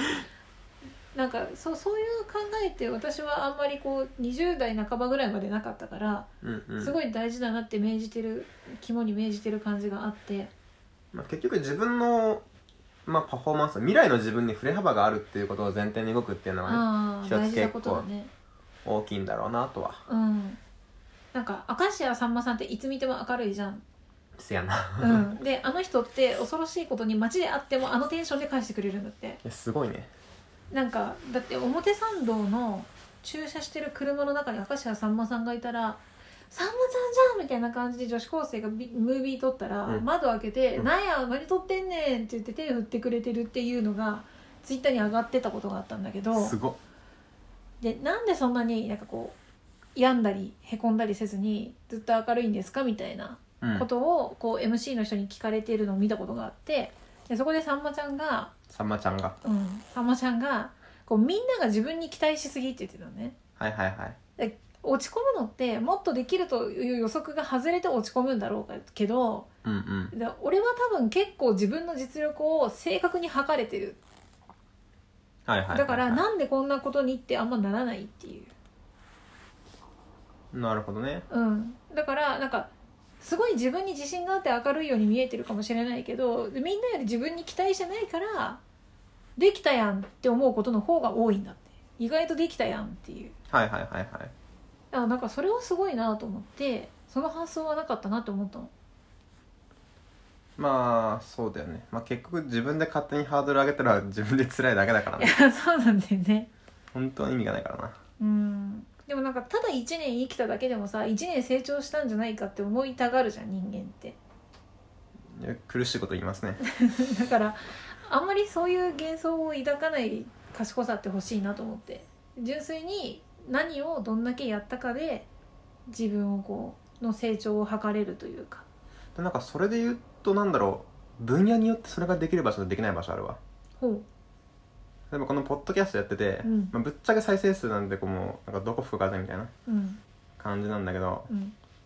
なんかそうそういう考えって私はあんまりこう20代半ばぐらいまでなかったから、うん、うんすごい大事だなって命じてる肝に銘じてる感じがあってまあ、結局自分の、まあ、パフォーマンス未来の自分に振れ幅があるっていうことを前提に動くっていうのは、ね、ああ一つ大事なことだね大きいんだろうなとはうんなんか明石家さんまさんっていつ見ても明るいじゃんせやなうん、であの人って恐ろしいことに街で会ってもあのテンションで返してくれるんだっていやすごいねなんかだって表参道の駐車してる車の中に明石家さんまさんがいたら「さんまさんじゃん!」みたいな感じで女子高生がビムービー撮ったら、うん窓開けて「うんなんや何撮ってんねん!」って言って手振ってくれてるっていうのがツイッターに上がってたことがあったんだけどすごっでなんでそんなになんかこう病んだりへこんだりせずにずっと明るいんですかみたいなうんことをこう MC の人に聞かれているのを見たことがあってでそこでさんまちゃんが、さんまちゃんがうん、さんまちゃんがこうみんなが自分に期待しすぎって言ってたのねはいはいはい落ち込むのってもっとできるという予測が外れて落ち込むんだろうけどうんうんで俺は多分結構自分の実力を正確に測れてるはいはいはいはいだからなんでこんなことにってあんまならないっていうなるほどねうん、だからなんかすごい自分に自信があって明るいように見えてるかもしれないけどみんなより自分に期待してないからできたやんって思うことの方が多いんだって意外とできたやんっていうはいはいはいはいあなんかそれはすごいなと思ってその発想はなかったなって思ったのまあそうだよね、まあ、結局自分で勝手にハードル上げたら自分で辛いだけだからいねやそうなんだよね本当は意味がないからなうんでもなんかただ1年生きただけでもさ1年成長したんじゃないかって思いたがるじゃん人間っていや苦しいこと言いますねだからあんまりそういう幻想を抱かない賢さって欲しいなと思って純粋に何をどんだけやったかで自分をこうの成長を図れるというかでなんかそれで言うとなんだろう分野によってそれができる場所とできない場所あるわほ例えばこのポッドキャストやってて、うんまあ、ぶっちゃけ再生数なんでこうもうなんかどこ吹く風みたいなう、うん感じなんだけど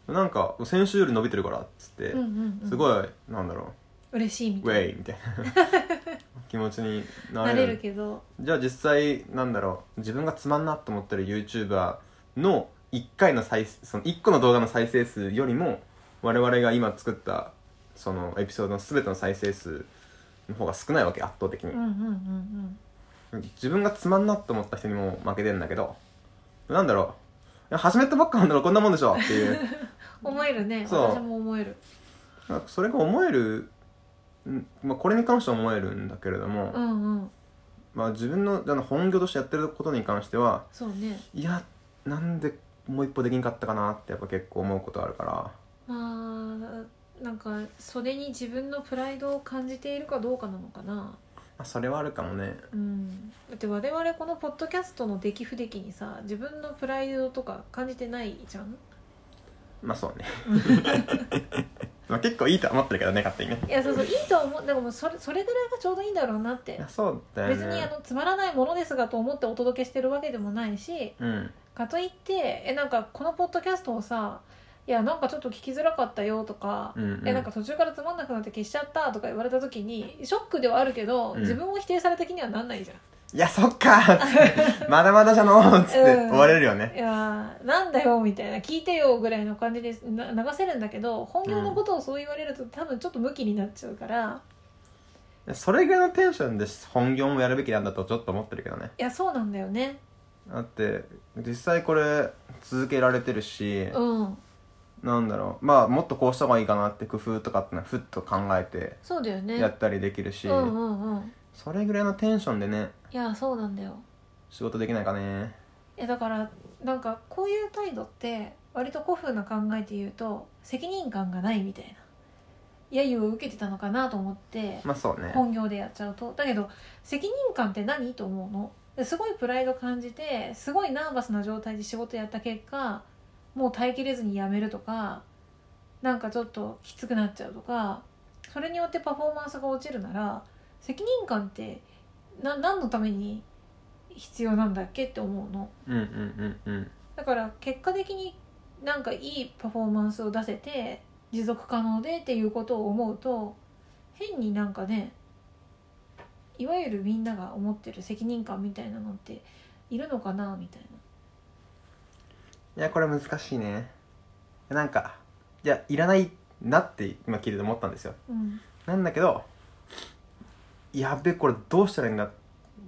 うん、なんか先週より伸びてるからっつって、うんうんうんすごいなんだろ嬉しいみうウたいェイみたい な気持ちになななれるれるけどじゃあ実際なんだろう自分がつまんなと思ってる YouTuber の1回の再生その1個の動画の再生数よりも我々が今作ったそのエピソードの全ての再生数の方が少ないわけ圧倒的にうん、うんうん自分がつまんなと思った人にも負けてんだけどなんだろういや始めたばっかなんだろこんなもんでしょっていううん思えるねそう私も思えるなんかそれが思える、んまあ、これに関しては思えるんだけれども、うんうんまあ、自分のあの本業としてやってることに関してはそうねいやなんでもう一歩できんかったかなってやっぱ結構思うことあるからまあなんかそれに自分のプライドを感じているかどうかなのかなあそれはあるかもねうん、だって我々このポッドキャストの出来不出来にさ自分のプライドとか感じてないじゃんまあそう ねまあ結構いいとは思ってるけどね勝手にねいやそうそういいとは思うだからもうそれそれぐらいがちょうどいいんだろうなっいてやそうだよね別にあのつまらないものですがと思ってお届けしてるわけでもないしうんかといってえなんかこのポッドキャストをさいやなんかちょっと聞きづらかったよとか、うんうんえなんか途中からつまんなくなって消しちゃったとか言われた時にショックではあるけど、うん自分を否定された気にはなんないじゃんいやそっか ーっつってまだまだじゃのーっつってうん終われるよねいやーなんだよみたいな聞いてよぐらいの感じでな流せるんだけど本業のことをそう言われると、多分ちょっとムキになっちゃうからそれぐらいのテンションで本業もやるべきなんだとちょっと思ってるけどねいやそうなんだよねだって実際これ続けられてるし、うんなんだろうまあもっとこうした方がいいかなって工夫とかってのはふっと考えてそうだよねやったりできるし、うんうんうんそれぐらいのテンションでねいやそうなんだよ仕事できないかねいやだからなんかこういう態度って割と古風な考えで言うと責任感がないみたいな揶揄を受けてたのかなと思ってまあそうね本業でやっちゃうとだけど責任感って何と思うのですごいプライド感じてすごいナーバスな状態で仕事やった結果もう耐えきれずに辞めるとかなんかちょっときつくなっちゃうとかそれによってパフォーマンスが落ちるなら責任感ってな何のために必要なんだっけって思うのうんうんうんうんだから結果的になんかいいパフォーマンスを出せて持続可能でっていうことを思うと変になんかねいわゆるみんなが思ってる責任感みたいなのっているのかなみたいいやこれ難しいねなんかいやいらないなって今聞いてて思ったんですよな、うなんん、だけどやべこれどうしたらいいんだ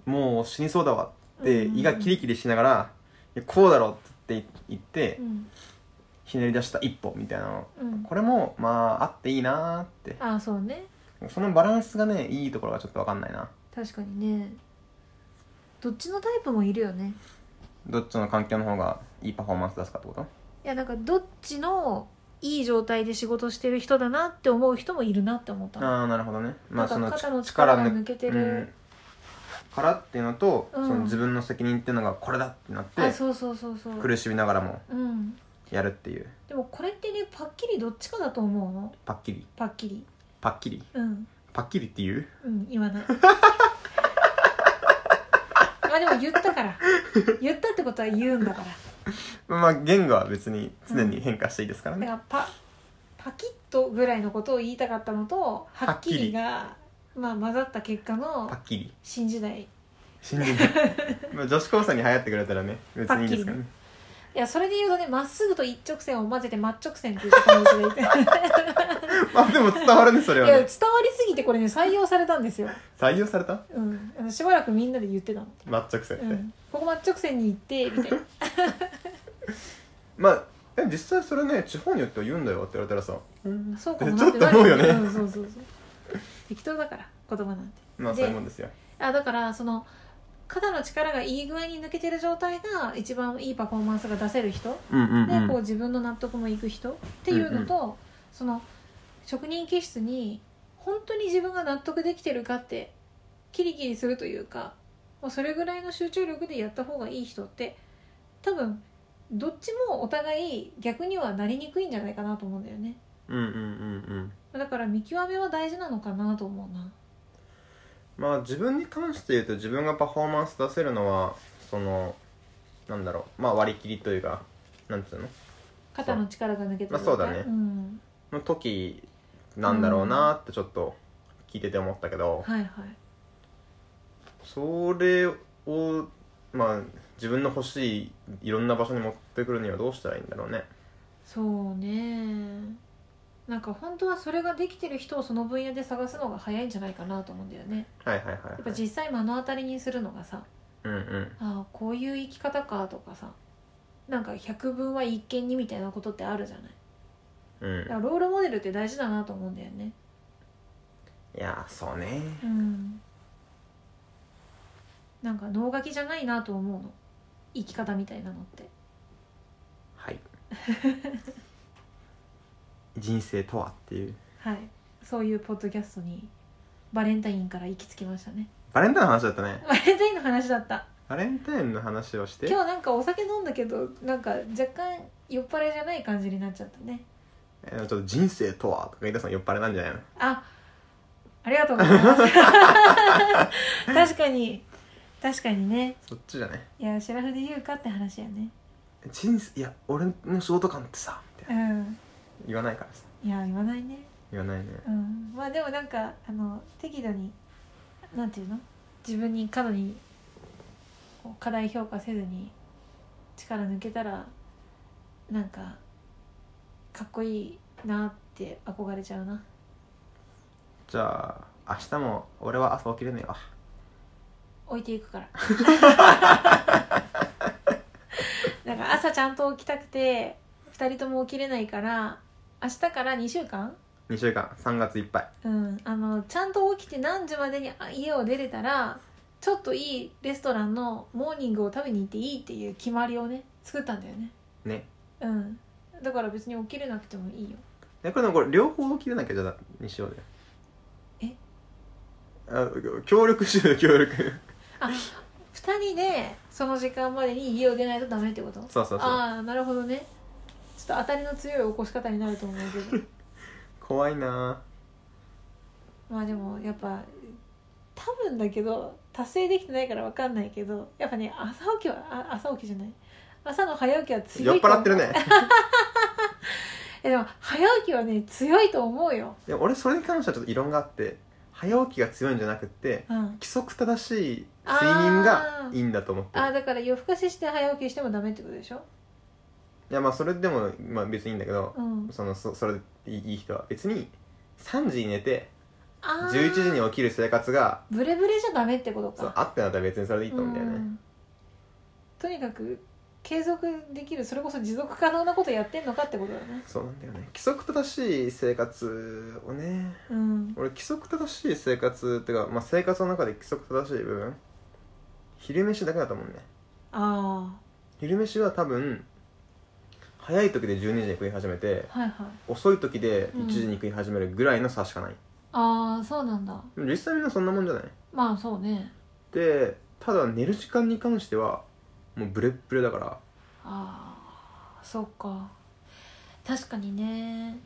もう死にそうだわってうん胃がキリキリしながらいやこうだろうって言ってうんひねり出した一歩みたいなのうん、これもまああっていいなーってああそうねそのバランスがねいいところがちょっと分かんないな確かにねどっちのタイプもいるよねどっちの環境の方がいいパフォーマンス出すかってこといやなんかどっちのいい状態で仕事してる人だなって思う人もいるなって思ったのああなるほどねまあそなんのか肩のち力力が抜抜けてる、うんからっていうのと、うんその自分の責任っていうのがこれだってなってあそうそうそうそう苦しみながらもうんやるっていうでもこれってねパッキリどっちかだと思うのパッキリパッキリパッキリうんパッキリって言ううん言わない まあでも言ったから言ったってことは言うんだからまあ言語は別に常に変化していいですからだね、からパパキッとぐらいのことを言いたかったのとはっきりがまあ混ざった結果のパッキリ新時代信じ ないまあ女子高生に流行ってくれたらね別にいいんですからねいやそれで言うとねまっすぐと一直線を混ぜて真っ直線っていう感 じでいていやまあでも伝わるねそれは伝わねりすぎてこれね採用されたんですよ、採用されたうん、あのしばらくみんなで言ってたの、真っ直線って、うん、ここ真っ直線に行ってみたいなまあえ実際それね地方によっては言うんだよって言われたらさ うんそうかもちなょっってと思うよねなるうんそうそうそう適当だから言葉なんてまあでそういうもんですよあだからその肩の力がいい具合に抜けてる状態が一番いいパフォーマンスが出せる人うんうんでこう自分の納得もいく人っていうのと、その職人気質に本当に自分が納得できてるかってキリキリするというか、まあ、それぐらいの集中力でやった方がいい人って多分どっちもお互い逆にはなりにくいんじゃないかなと思うんだよねうんうんうんうんだから見極めは大事なのかなと思うなまあ自分に関して言うと自分がパフォーマンス出せるのはそのなんだろうまあ割り切りというかなんていうの肩の力が抜けてるまあそうだねん、の時なんだろうなってちょっと聞いてて思ったけど、はいはいそれをまあ自分の欲しいいろんな場所に持ってくるにはどうしたらいいんだろうねそうねなんか本当はそれができてる人をその分野で探すのが早いんじゃないかなと思うんだよねはいはいはい、やっはぱい、実際目の当たりにするのがさうんうんああこういう生き方かとかさなんか百聞は一見にみたいなことってあるじゃないうんだからロールモデルって大事だなと思うんだよねいやーそうねうんなんか脳書きじゃないなと思うの生き方みたいなのってはい 人生とはっていうはいそういうポッドキャストにバレンタインから行き着きましたねバレンタインの話だったねバレンタインの話だったバレンタインの話をして今日なんかお酒飲んだけどなんか若干酔っ払いじゃない感じになっちゃったねえーちょっと人生とはとか言い出すの酔っ払いなんじゃないのあ、ありがとうございます。確かに、確かにね。そっちじゃないいや、シラフで言うかって話やね。。人生いや俺の仕事感ってさみたいうなん言わないからさいや、言わないね。言わないねうん。まあでもなんか、あの、適度に、なんていうの自分に過度に、こう、過大評価せずに、力抜けたら、なんか、かっこいいなって憧れちゃうな。じゃあ明日も俺は朝起きれねえわ置いていくからなんか朝ちゃんと起きたくて2人とも起きれないから明日から2週間2週間3月いっぱいうんあのちゃんと起きて何時までにあ家を出れたらちょっといいレストランのモーニングを食べに行っていいっていう決まりをね作ったんだよねねうんだから別に起きれなくてもいいよでこれでもこれ両方起きれなきゃじゃあにしようえであ協力しようよ協力2人でその時間までに家を出ないとダメってことそうそうそうああなるほどねちょっと当たりの強い起こし方になると思うけど怖いなまあでもやっぱ多分だけど達成できてないから分かんないけどやっぱね朝起きはあ朝起きじゃない朝の早起きはぁ酔強っいと思払うってるね えでも早起きはね強いと思うよでも俺それに関してはちょっと異論があって早起きが強いんじゃなくてうん規則正しい睡眠がいいんだと思ってるあだから夜更かしして早起きしてもダメってことでしょいやまあそれでも、まあ、別にいいんだけど、うんそのそそれでいいいい人は別に3時に寝てあー11時に起きる生活がブレブレじゃダメってことそうかあってなったら別にそれでいいと思うんだよね、うんとにかく継続できるそれこそ持続可能なことやってんのかってことだねそうなんだよね規則正しい生活をねうん俺規則正しい生活ってか、まあ、生活の中で規則正しい部分昼飯だけだと思うねあ昼飯は多分早い時で12時に食い始めてあはいはい遅い時で1時に食い始めるぐらいの差しかない、ああそうなんだでも実際みんなそんなもんじゃないまあそうねでただ寝る時間に関してはもうブレッブレだからああそっか確かにね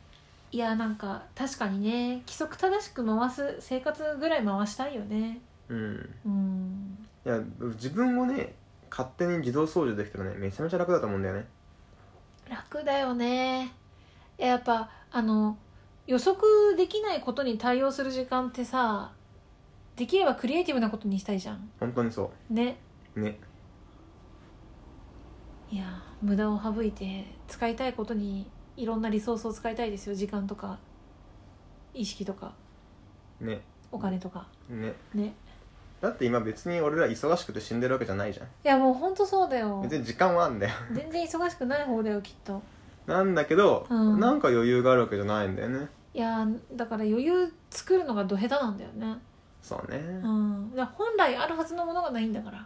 いやなんか確かにね規則正しく回す生活ぐらい回したいよねうんうんいや自分をね勝手に自動掃除できたらねめちゃめちゃ楽だと思うんだよね楽だよねいややっぱあの予測できないことに対応する時間ってさできればクリエイティブなことにしたいじゃん本当にそねうねいや無駄を省いて使いたいことにいろんなリソースを使いたいですよ時間とか意識とかねお金とかねねだって今別に俺ら忙しくて死んでるわけじゃないじゃんいやもうほんとそうだよ別に時間はあんだよ 全然忙しくない方だよきっとなんだけど、うんなんか余裕があるわけじゃないんだよねいやだから余裕作るのがド下手なんだよねそうね、うん、だから本来あるはずのものがないんだから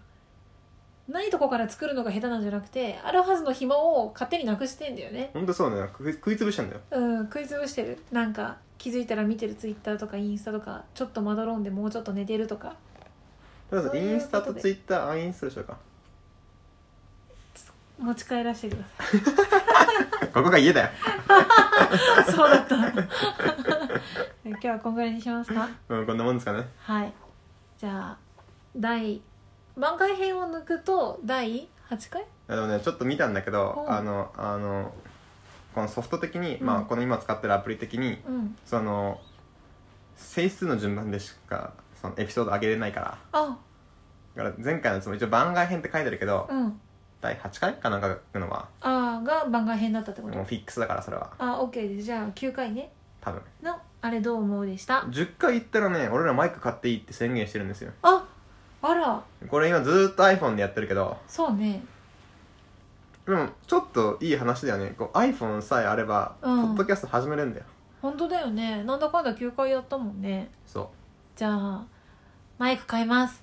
ないとこから作るのが下手なんじゃなくてあるはずの暇を勝手になくしてんだよねほんとそうね食い食いつぶしたんだようん食い潰してるなんか気づいたら見てるツイッターとかインスタとかちょっとまどろんでもうちょっと寝てるとかとりあえそうずいうことでインスタとツイッターアンインストールしようか持ち帰らせてくださここが家だよい そうだった 今日はこんぐらいにしますかうんこんなもんですかねはいじゃあ第番外編を抜くと第8回いやでもねちょっと見たんだけどうんあのあのこのソフト的に、うんまあこの今使ってるアプリ的にうんその整数の順番でしかそのエピソード上げれないからあだから前回のやつも一応番外編って書いてあるけど、うん第8回かなんか書くのはあーが番外編だったってこともうフィックスだからそれはあ、オッケーです。じゃあ9回ね多分のあれどう思うでした。 10回行ったらね俺らマイク買っていいって宣言してるんですよあ、あら、これ今ずーっと iPhone でやってるけどそうね。でもちょっといい話だよねこう iPhone さえあれば、うんポッドキャスト始めるんだよ本当だよね。なんだかんだ9回やったもんね。そうじゃあマイク買います。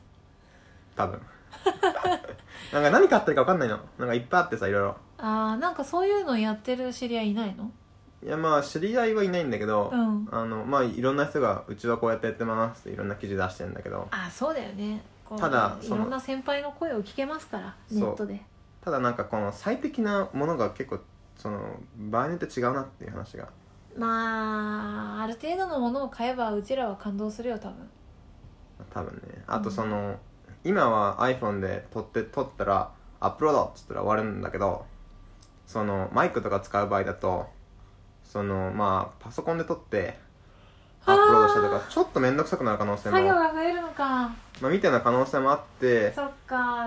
多分 なんか何買ってるか分かんないのなんかいっぱいあってさいろいろあー、なんかそういうのやってる知り合いいないの？いやまあ知り合いはいないんだけど、うんあのまあいろんな人がうちはこうやってやってますっていろんな記事出してんだけどあ、そうだよね。こうただいそのろんな先輩の声を聞けますからそうネットで。ただなんかこの最適なものが結構その場合によって違うなっていう話がまあある程度のものを買えばうちらは感動するよ多分。多分ねあとその、今は iPhone で撮って撮ったらアップロードっつったら終わるんだけどそのマイクとか使う場合だとそのまあパソコンで撮ってアップロードしたとかちょっと面倒くさくなる可能性も作業が増えるのか。まあ、みたいな可能性もあってそっか。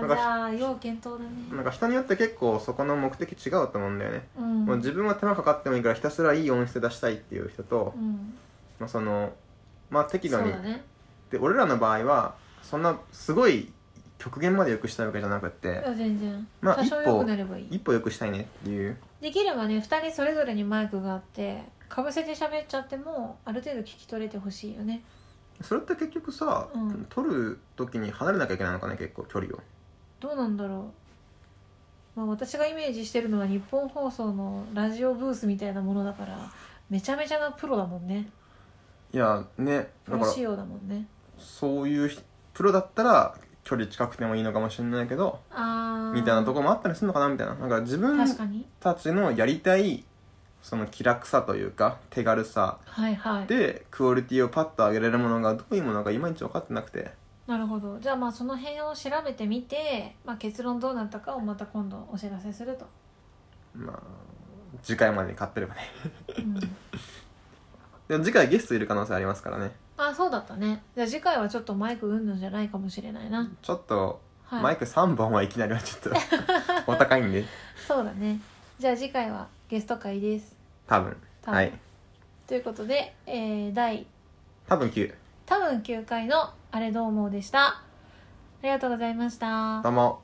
なんじかゃあ要検討だね。なんか人によって結構そこの目的違うと思うんだよね、うん。もう自分は手間かかってもいいからひたすらいい音質出したいっていう人と、うん。まあ、そのまあ適度そうに、だね。で俺らの場合はそんなすごい極限まで良くしたいわけじゃなくて、いや全然、まあ多少一歩良くなればいい一歩良くしたいねっていうできればね2人それぞれにマイクがあってかぶせて喋っちゃってもある程度聞き取れてほしいよねそれって結局さ、うん撮る時に離れなきゃいけないのかね結構距離をどうなんだろう、まあ、私がイメージしてるのは日本放送のラジオブースみたいなものだからめちゃめちゃなプロだもんねいやねプだロから仕様だもんねそういうひプロだったら距離近くてもいいのかもしれないけどあーみたいなとこもあったりするのかなみたいななんか自分確かにたちのやりたいその気楽さというか手軽さはいはいでクオリティをパッと上げれるものがどういうものかいまいち分かってなくてなるほどじゃあまあその辺を調べてみて、まあ、結論どうなったかをまた今度お知らせすると、まあ次回までに買ってればねうん、 でも次回ゲストいる可能性ありますからねあそうだったねじゃあ次回はちょっとマイクうんぬんじゃないかもしれないなちょっとはいマイク3本はいきなりはちょっとお高いんでそうだねじゃあ次回はゲスト会です多分多分はいということで、えー、第多分9多分9回の「あれどう思う」でしたありがとうございましたどうも